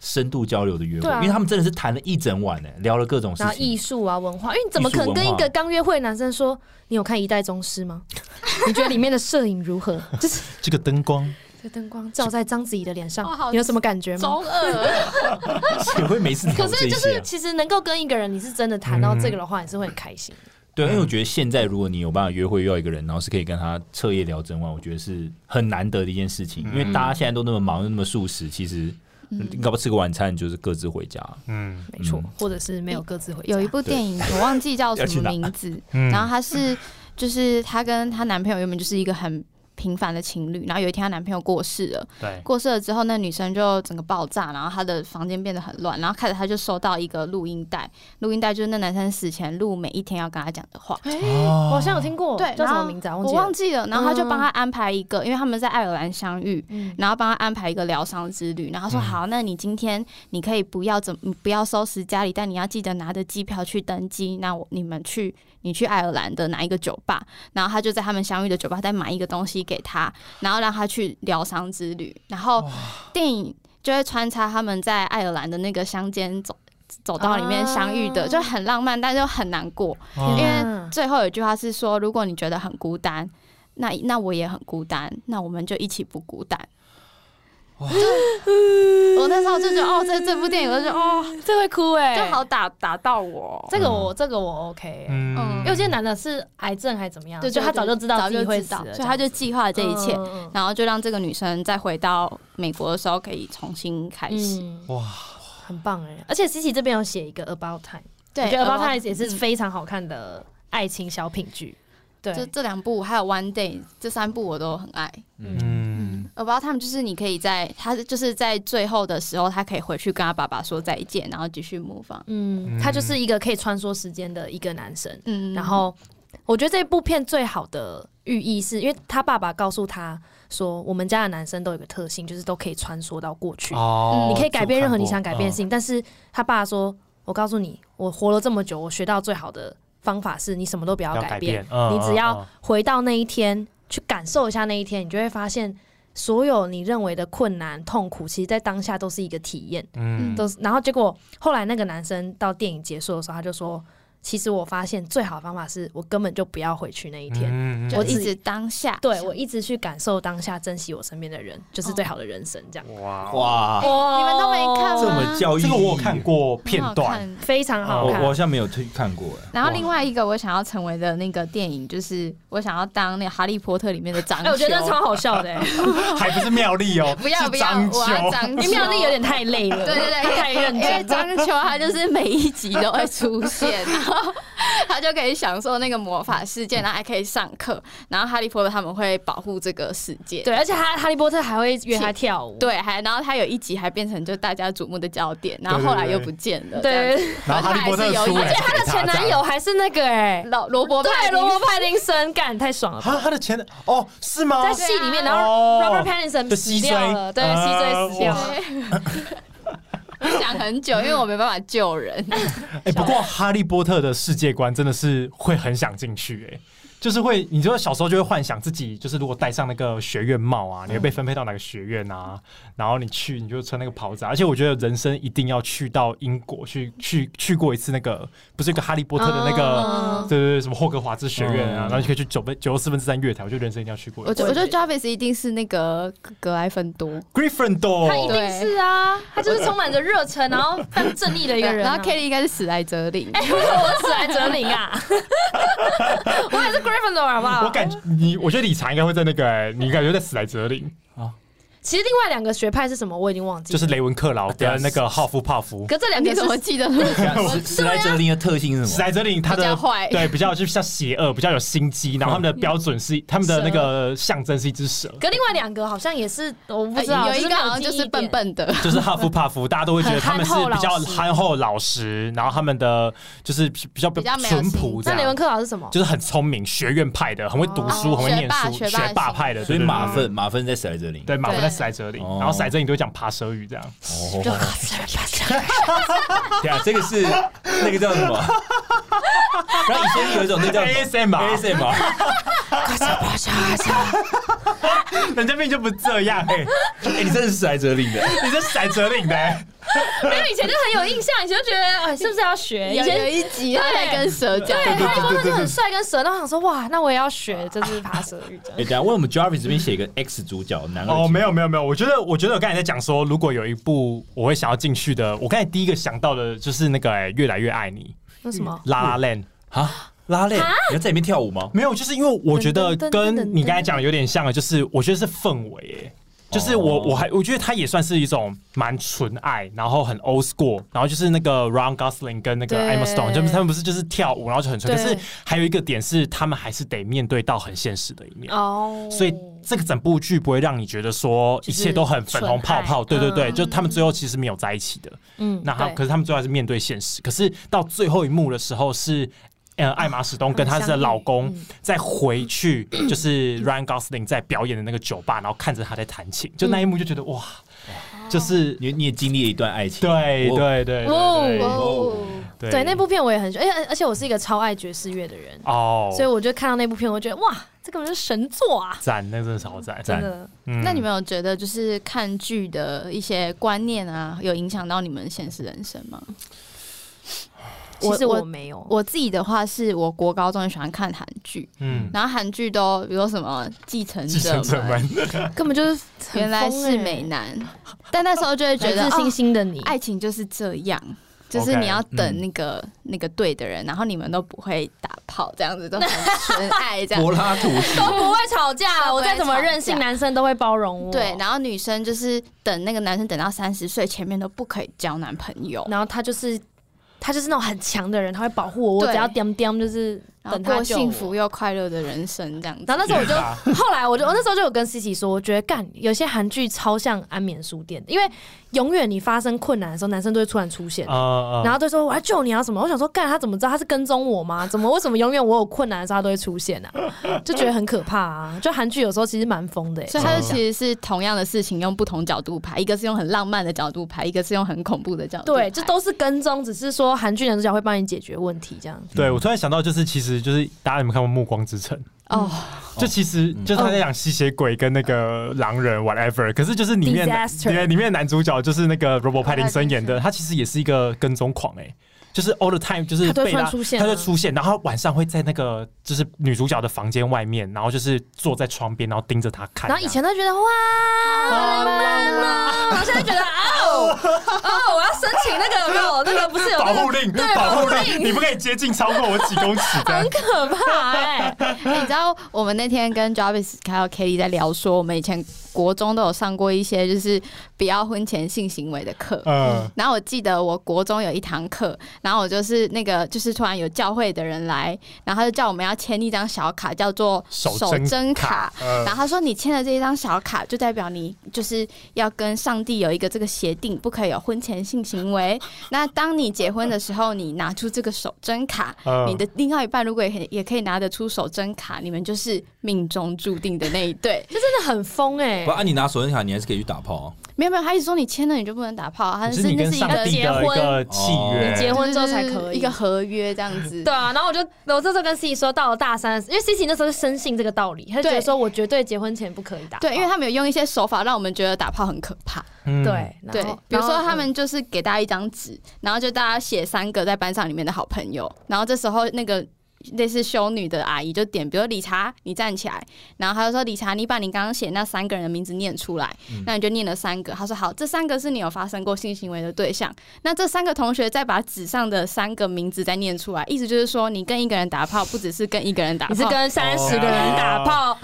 深度交流的约会对，啊因为他们真的是谈了一整晚呢，聊了各种事然后艺情。术啊，文化，因为你怎么可能跟艺术一文化个刚约会的男生说你有看《一代宗师》吗？ 你觉得里面的摄影如何？就是这个灯光，这灯光照在章子怡的脸上哇好，你有什么感觉吗？中二， 谁会没事聊可这是就是些啊？其实能够跟一个人，你是真的谈到这个的话，你是会很开心。对，因为我觉得现在如果你有办法约会遇到一个人，然后是可以跟他彻夜聊整晚，我觉得是很难得的一件事情。嗯因为大家现在都那么忙，又那么素食，其实嗯你搞不好吃个晚餐你就是各自回家。嗯没错嗯，或者是没有各自回家。有一部电影我忘记叫什么名字，嗯然后她是就是她跟她男朋友原本就是一个很平凡的情侣，然后有一天她男朋友过世了，对，过世了之后，那女生就整个爆炸，然后她的房间变得很乱，然后开始她就收到一个录音带，录音带就是那男生死前录每一天要跟她讲的话。哎，哦我好像有听过，对，叫什然么后名字啊？我记了忘。记了。然后她就帮她安排一个，因为他们在爱尔兰相遇，嗯然后帮他安排一个疗伤之旅，然后说好，那你今天你可以不要怎么不要收拾家里，但你要记得拿着机票去登机。那我你们去你去爱尔兰的哪一个酒吧？然后他就在他们相遇的酒吧再买一个东西给他，然后让他去疗伤之旅。然后电影就会穿插他们在爱尔兰的那个乡间走走道里面相遇的，啊就很浪漫，但是又很难过。哦因天为啊最后有一句话是说，如果你觉得很孤单，那那我也很孤单，那我们就一起不孤单。就 我那时候就觉得，哦，这这部电影，我就觉得，哦，这会哭哎、就好打打到我。这个我这个我 OK，欸、嗯嗯因为这男的是癌症还怎么样，对，就他早就知道早自就己会知死道了，所以他就计划了这一切，嗯然后就让这个女生再回到美国的时候可以重新开始。嗯，哇，很棒哎、而且 C C 这边有写一个 About Time，对我觉得哎 About Time 嗯也是非常好看的爱情小品剧，对，就这两部，还有 One Day 这三部我都很爱。嗯，我不知道他们就是你可以在他就是在最后的时候，他可以回去跟他爸爸说再见，然后继续 move on。嗯，他就是一个可以穿梭时间的一个男生，嗯然后我觉得这部片最好的寓意是因为他爸爸告诉他说，我们家的男生都有一个特性，就是都可以穿梭到过去，哦嗯你可以改变任何你想改变的事情，情。但是他爸说：“我告诉你，我活了这么久，我学到最好的方法是你什么都不要要改改变，变嗯你只嗯要嗯回到那一天去感受一下那一天，你就会发现所有你认为的困难、痛苦，其实在当下都是一个体验。”嗯都是，然后结果后来那个男生到电影结束的时候，他就说：“其实我发现最好的方法是我根本就不要回去那一天，嗯就我一自直己当下。对我一直去感受当下，珍惜我身边的人，就是最好的人生。”这样，哇哇，哇，你们都没看吗这么教育这个我有意义看，过片很好段，看。非常好我看。哦我好像没有去看过 哎。然后另外一个我想要成为的那个电影，就是我想要当那个《哈利波特》里面的章哎、丘。我觉得超好笑的、欸 还不是妙丽 哦，不要是不要，章丘我要章丘。你妙丽有点太累了，对对对，太认因为真。章丘他就是每一集都会出现， 然后他就可以享受那个魔法世界，然后还可以上课。然后哈利波特他们会保护这个世界，对，而且他哈利波特还会约他跳舞，对，还然后他有一集还变成就大家瞩目的焦点，然后后来又不见了。对，然后哈利波特出来，而且他他的前男友还是那个哎、这样，老罗伯派对，丁罗伯派丁森，干太爽了吧。啊，他的前哦是吗？ 在戏里面，对啊然后哦 Robert Pattinson 就死吸掉追了，对，啊吸追死掉了。哦 我想很久，因为我没办法救人。哎、不过哈利波特的世界观真的是会很想进去、哎，就是会，你知道小时候就会幻想自己，就是如果戴上那个学院帽嗯啊，你会被分配到哪个学院啊，然后你去你就穿那个袍子啊、而且我觉得人生一定要去到英国去去去过一次那个，不是有个哈利波特的那个，嗯对对对，什么霍格华兹学院啊，嗯然后你可以去九分九又四分之三月台，我觉得人生一定要去过我一次。觉我觉得 Jarvis 一定是那个格格莱芬多 Gryffindor，他一定是啊，他就是充满着热忱，然后犯正义的一个人 然啊。后 Kelly 应该是史莱哲林。 哎，为什么我是史莱哲林啊？ 我也是 Gryffindor 好不好？欸我感觉你，我觉得理查应该会在那个、哎你感觉在史莱哲林，其实另外两个学派是什么，我已经忘记就了。是雷文克劳跟那个浩夫帕夫。可这两你个怎么是记得？啊史史莱哲林的特性是史什么？莱哲林他比较的坏对比较就像邪恶，比较有心机，然后他们的标准嗯是他们的那个象征是一只蛇，可另外两个好像也是，我不知道，哎有一是个没好像记忆就是笨点。笨 的，就是哈夫帕夫，大家都会觉得他们是比较很憨憨厚老实，然后他们的就是比较比较没有淳心朴这那雷文样，克劳是什么？就是很聪明，学院派的，很会读书，哦很会念书，学学霸学霸霸型派的，的所以对马粪马粪在史莱哲林。对马粪在对史莱哲林，哦然后史莱哲林都会讲爬蛇语这样，哦，就对啊，这个是那个叫什么？然后以前有一种 哦 那叫 ASMR ASM 啊，人家命就不这样，哎，哎，你真的是史莱哲 林的。你这史莱哲林的哎，没有以前就很有印象，以前就觉得哎，是不是要学？以有有前一集他在跟蛇讲对哈利波特就很帅跟蛇，然后想说哇，那我也要学，就是爬蛇语这哎，样。等一下为什么 Jarvis 这边写一个 X 主角男二？哦，没有，没有没有，我觉得我觉得我刚才在讲说，如果有一部我会想要进去的，我刚才第一个想到的就是那个、哎，越来越爱你为什么？拉拉链。啊，拉链，你要在里面跳舞吗？没有，就是因为我觉得跟你刚才讲的有点像的，啊就是我觉得是氛围、哎就是我哦我还我觉得它也算是一种蛮纯爱，然后很 old school，然后就是那个 Ron Gosling 跟那个对 Emma Stone，就是他们不是就是跳舞，然后就很纯，可对是还有一个点是他们还是得面对到很现实的一面。哦，所以这个整部剧不会让你觉得说一切都很粉红泡泡，对就是对纯爱对，就他们最后其实没有在一起的。嗯那他可对是他们最后还是面对现实，可是到最后一幕的时候是。哦呃，艾玛史东跟她的老公嗯再回 去，就是 Ryan Gosling 在表演的那个酒吧，然后看着他在弹琴，嗯就那一幕就觉得哇，哦就是你你也经历了一段爱情，对我对对对对哦，对对那部片我也很喜欢，哎而且而且我是一个超爱爵士乐的人，哦，所以我就看到那部片，我觉得哇，这根本就是神作啊！赞，那真的超赞真赞。的，嗯那你们有觉得就是看剧的一些观念啊，有影响到你们现实人生吗？其实我我没有，我自己的话是，我国高中很喜欢看韩剧，嗯，然后韩剧都比如说什么《继承继者承者们 们》，根本就是原来是美男，但那时候就会欸觉觉得哦得星星的你，爱情就是这样，就是你要嗯等那个、那个对的人，然后你们都不会打炮，这样子 都很纯爱这样柏。拉图式都 不会吵架，都不会我再怎么吵架任性，男生都会包容我。对，然后女生就是等那个男生等到三十岁前面都不可以交男朋友，然后他就是他就是那种很强的人，他会保护我，我对只要掂掂就是然后等他过救幸我福。又快乐的人生这样子然。后那时候我天啊就， 后来我就，我那时候就有跟 C C 说，我觉得干有些韩剧超像安眠书店的，因为永远你发生困难的时候，男生都会突然出现，呃，然后就说我要救你啊什么。我想说，干他怎么知道他是跟踪我吗？怎么为什么永远我有困难的时候他都会出现啊？就觉得很可怕啊！就韩剧有时候其实蛮疯的、欸，所以它就其实是同样的事情，用不同角度拍，一个是用很浪漫的角度拍，一个是用很恐怖的角度对，拍。这都是跟踪，只是说韩剧男主角会帮你解决问题这样。对我突然想到，就是其实就是大家有没有看过《暮光之城》？哦，就其实就是哦他在讲吸血鬼跟那个狼人 whatever，可是就是里面 Disaster 里面里面男主角就是那个 Robert Pattinson Pattinson 演的，他其实也是一个跟踪狂哎、就是 all the time 就是他都被会他突然出现啊他就出现，然后晚上会在那个就是女主角的房间外面，然后就是坐在窗边，然后盯着她看。然后以前都觉得哇，好浪漫哦，然后现在觉得啊哦哦，我要申请那个有没有那个不是有这样那保护个令，对保护保护令，令你不可以接近超过我几公尺这样很。可怕 哎、欸你知道我们那天跟 Jarvis 还有 Kelly 在聊说，我们以前国中都有上过一些就是不要婚前性行为的课。嗯，然后我记得我国中有一堂课，然后我就是那个就是突然有教会的人来，然后他就叫我们要签一张小卡，叫做手真真卡嗯然后他说你签了这一张小卡，就代表你就是要跟上帝有一个这个协定，不可以有婚前性行 为。那当你结婚的时候，你拿出这个手真卡，嗯你的另外一半如果也可以也可以拿得出手真卡，你们就是命中注定的那一对。这真的很疯哎、不，啊，你拿手电卡，你还是可以去打炮啊。没有没有，他一直说你签了你就不能打炮啊，他可是是你那跟是一上个帝结的一婚个契约，你结婚之后才可以一个合约这样子。对啊，然后我就我这时候跟 C C 说，到了大三，因为 C C 那时候是深信这个道理，他就觉得对说我绝对结婚前不可以打炮，对，因为他们有用一些手法让我们觉得打炮很可怕。嗯对对然后，比如说然后他们就是给大家一张纸，然后就大家写三个在班上里面的好朋友，然后这时候那个。类似修女的阿姨就点，比如理查，你站起来，然后她就说：“理查，你把你刚刚写那三个人的名字念出来。那你就念了三个。她说：“好，这三个是你有发生过性行为的对象。那这三个同学再把纸上的三个名字再念出来，意思就是说，你跟一个人打炮，不只是跟一个人打炮，你是跟三十个人打炮，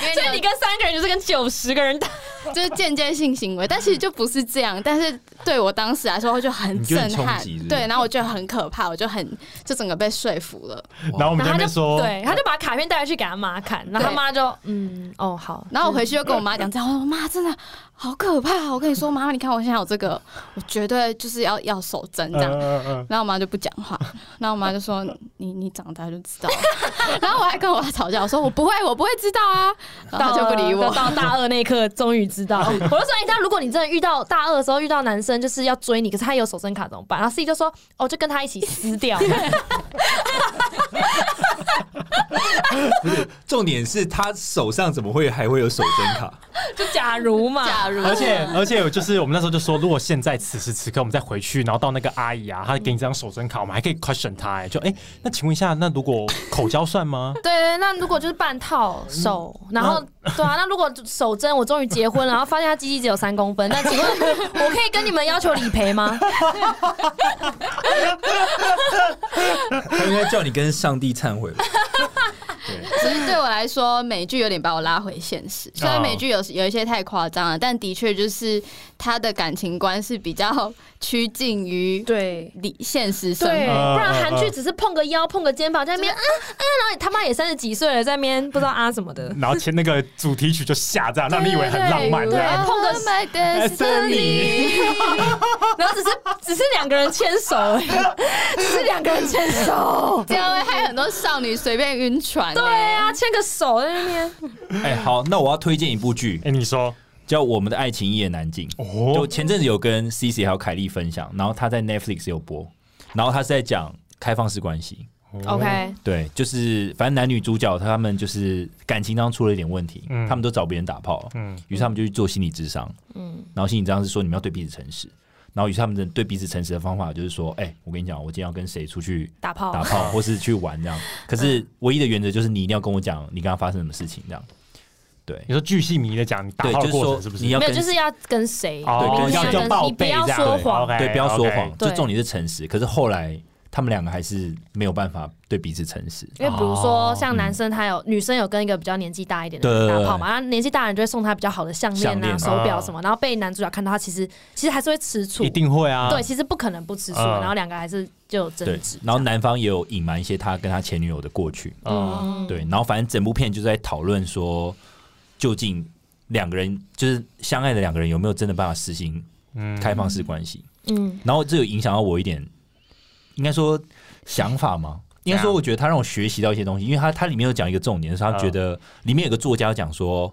因为 所以有你跟三个人就是跟九十个人打， 就是间接性行为，但其实就不是这样。但是对我当时来说，我就很你就震很撼冲击是不是，对，然后我就很可怕，我就很就整个被说服了。然后我们然在那后他边就说，对，他就把卡片带回去给他妈看，然后他对妈就嗯哦好，然后我回去就跟我妈讲这样，我说妈真的好可怕，我跟你说，妈妈你看我现在有这个，我绝对就是要要守贞这样。嗯嗯然后我妈就不讲话，然后我妈就说：“你你长大就知道。” 然后我还跟我爸吵架，我说：“我不会，我不会知道啊。”然到后她就不理我。嗯到大二那一刻，终于知 道。我就说，哎、那如果你真的遇到大二的时候遇到男生，就是要追你，可是他有手身卡怎么办？然后 C 就说，哦，就跟他一起撕掉。重点是他手上怎么会还会有手针卡？ 就假如嘛，假如而且而且就是我们那时候就说，如果现在此时此刻我们再回去，然后到那个阿姨啊，她给你这张手针卡，我们还可以 question 她、哎，就哎、那请问一下，那如果口交算 吗？对对，那如果就是半套手，然后对啊，那如果手针我终于结婚了，然后发现他鸡鸡只有三公分，那请 问我可以跟你们要求理赔吗？ 他应该叫你跟上帝忏悔吧。 所以对我来说，美剧有点把我拉回现哦实。虽然美剧有有一些太夸张了，但的确就是他的感情观是比较趋近于 对。理现实生对，活。嗯不然嗯韩剧嗯只是碰个腰、碰个肩膀，在那边嗯嗯，然后你他妈也三十几岁了，在那边不知道啊什么的。然后前那个主题曲就下这样，嗯让你以为很浪漫，啊这对对样。对碰个 my destiny，森林 然后只是只是两个人牵手、哎，只是两个人牵 手。这啊样会害很多少女随便晕船、欸对啊，牵个手在那边。哎、好，那我要推荐一部剧，哎，你说叫《我们的爱情一言难尽》。就哦，前阵子有跟 C C 还有凯莉分享，然后他在 Netflix 有播，然后他是在讲开放式关系。哦 OK，对，就是反正男女主角他们就是感情上出了一点问题，嗯他们都找别人打炮了，嗯于是他们就去做心理智商。嗯，然后心理智商是说你们要对彼此诚实，然后于是他们的对彼此诚实的方法就是说，哎、我跟你讲，我今天要跟谁出去打炮打 炮，或是去玩这样。可是唯一的原则就是你一定要跟我讲你刚刚发生什么事情这样。对你说巨细靡的讲你打对炮就的是过说程是不是？你要没有，跟就是要跟谁？哦对你跟要谁跟报你不备要这样说对谎。 OK，对，不要说 OK 谎，对就重点是诚实。可是后来他们两个还是没有办法对彼此诚实。因为比如说，像男生他有女生有跟一个比较年纪大一点的哦对人打炮嘛，然后年纪大的人就会送他比较好的项项链链啊、啊手表什么，然后被男主角看到，他其实其实还是会吃醋一，定会啊。对，其实不可能不吃醋，嗯然后两个还是就有争对执，。然后男方也有隐瞒一些他跟他前女友的过去。嗯，嗯，对，然后反正整部片就在讨论说，究竟两个人就是相爱的两个人有没有真的办法实行嗯开放式关系？嗯，然后这有影响到我一点，应该说想法吗？应该说，我觉得他让我学习到一些东西，因为他他里面有讲一个重点，是他觉得里面有个作家讲说，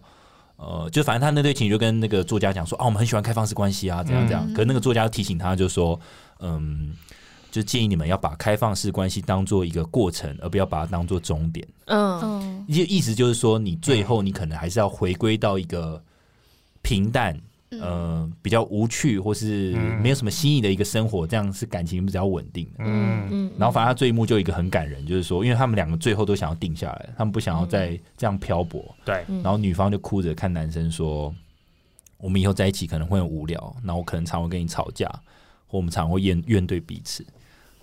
呃，就反正他那对情侣就跟那个作家讲说，啊，我们很喜欢开放式关系啊，怎样怎样。嗯可是那个作家提醒他，就说，嗯，就建议你们要把开放式关系当做一个过程，而不要把它当做终点。嗯，嗯意意思就是说，你最后你可能还是要回归到一个平淡，嗯呃，比较无趣或是嗯没有什么新意的一个生活，这样是感情比较稳定的。嗯嗯，然后，反正他最幕就有一个很感人，就是说，因为他们两个最后都想要定下来，他们不想要再这样漂泊。对，嗯然后女方就哭着看男生说：“我们以后在一起可能会很无聊，然后我可能常会跟你吵架，或我们常会怨怨对彼此，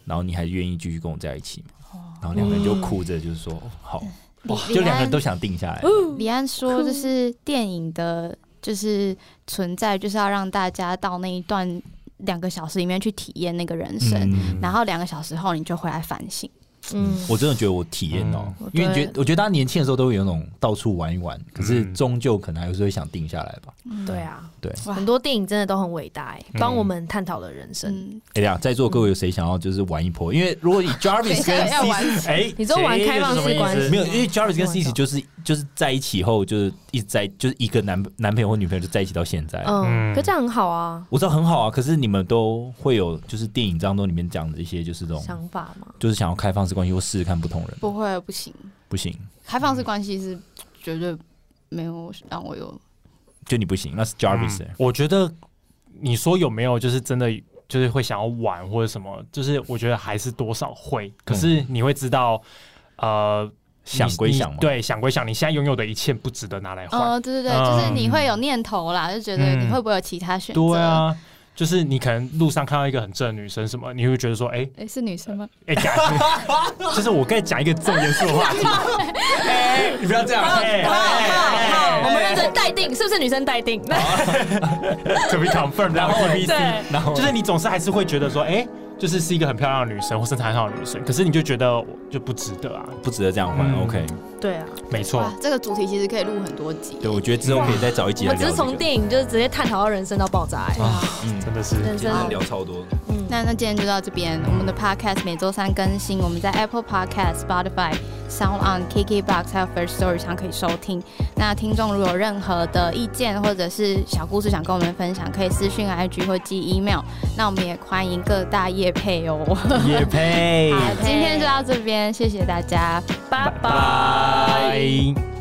然后你还愿意继续跟我在一起吗？”然后两个人就哭着，就是说：“哦好。”李李就两个安人都想定下来。李安说，就是电影的，就是存在，就是要让大家到那一段两个小时里面去体验那个人生，嗯然后两个小时后你就回来反省。嗯，我真的觉得我体验哦，嗯因为觉对我觉得大家年轻的时候都会有那种到处玩一玩，可是嗯终究可能还是会想定下来吧。对啊，对，哇很多电影真的都很伟大、欸，嗯帮我们探讨了人生。嗯，哎呀，在座各位有谁想要就是玩一波？因为如果 以等一 Jarvis 下跟要玩，哎，你说玩这开放是什么式意关思系没有，因为 Jarvis 跟我懂 Cici 就是就是在一起后，就是一直在就是一个男男朋友或女朋友就在一起到现在。嗯，嗯可这样很好啊，我知道很好啊，可是你们都会有就是电影当中里面讲的一些就是这种，想法嘛。就是想要开放式关系或试试看不同人，不会不行，不行，开放嗯式关系是绝对没有让我有就你不行，那是 Jarvis 欸。我觉得你说有没有就是真的就是会想要玩或者什么，就是我觉得还是多少会，可是你会知道，呃，想你归你想嘛对，想归想，你现在拥有的一切不值得拿来换。哦，对对对，嗯就是你会有念头啦，就觉得你会不会有其他选择？对，啊，就是你可能路上看到一个很正的女生什么，你会觉得说，哎、哎，是女生吗？哎、假，就是我该讲一个这么严肃的话题，你不要这样哎哎哎哎我们认真带待定，是不是女生待定？ to be confirmed，然然后后 TBC， 对然后就是你总是还是会觉得说，哎、就是是一个很漂亮的女生或身材很好的女生，可是你就觉得我就不值得啊。不值得这样换。嗯 OK，对啊，没错哇，，这个主题其实可以录很多集。对，我觉得之后可以再找一集我来们聊、这只是个。从电影就是直接探讨到人生到爆炸、哎、啊嗯，真的是人今生天聊超多。嗯，那那今天就到这边，我们的 podcast 每周三更新，我们在 Apple Podcast、Spotify、Sound On、KKBox 还有 First Story 上可以收听。那听众如有任何的意见或者是小故事想跟我们分享，可以私讯 IG 或寄 email。那我们也欢迎各大业配哦。也配， 哎好，今天就到这边，谢谢大家，拜拜。拜。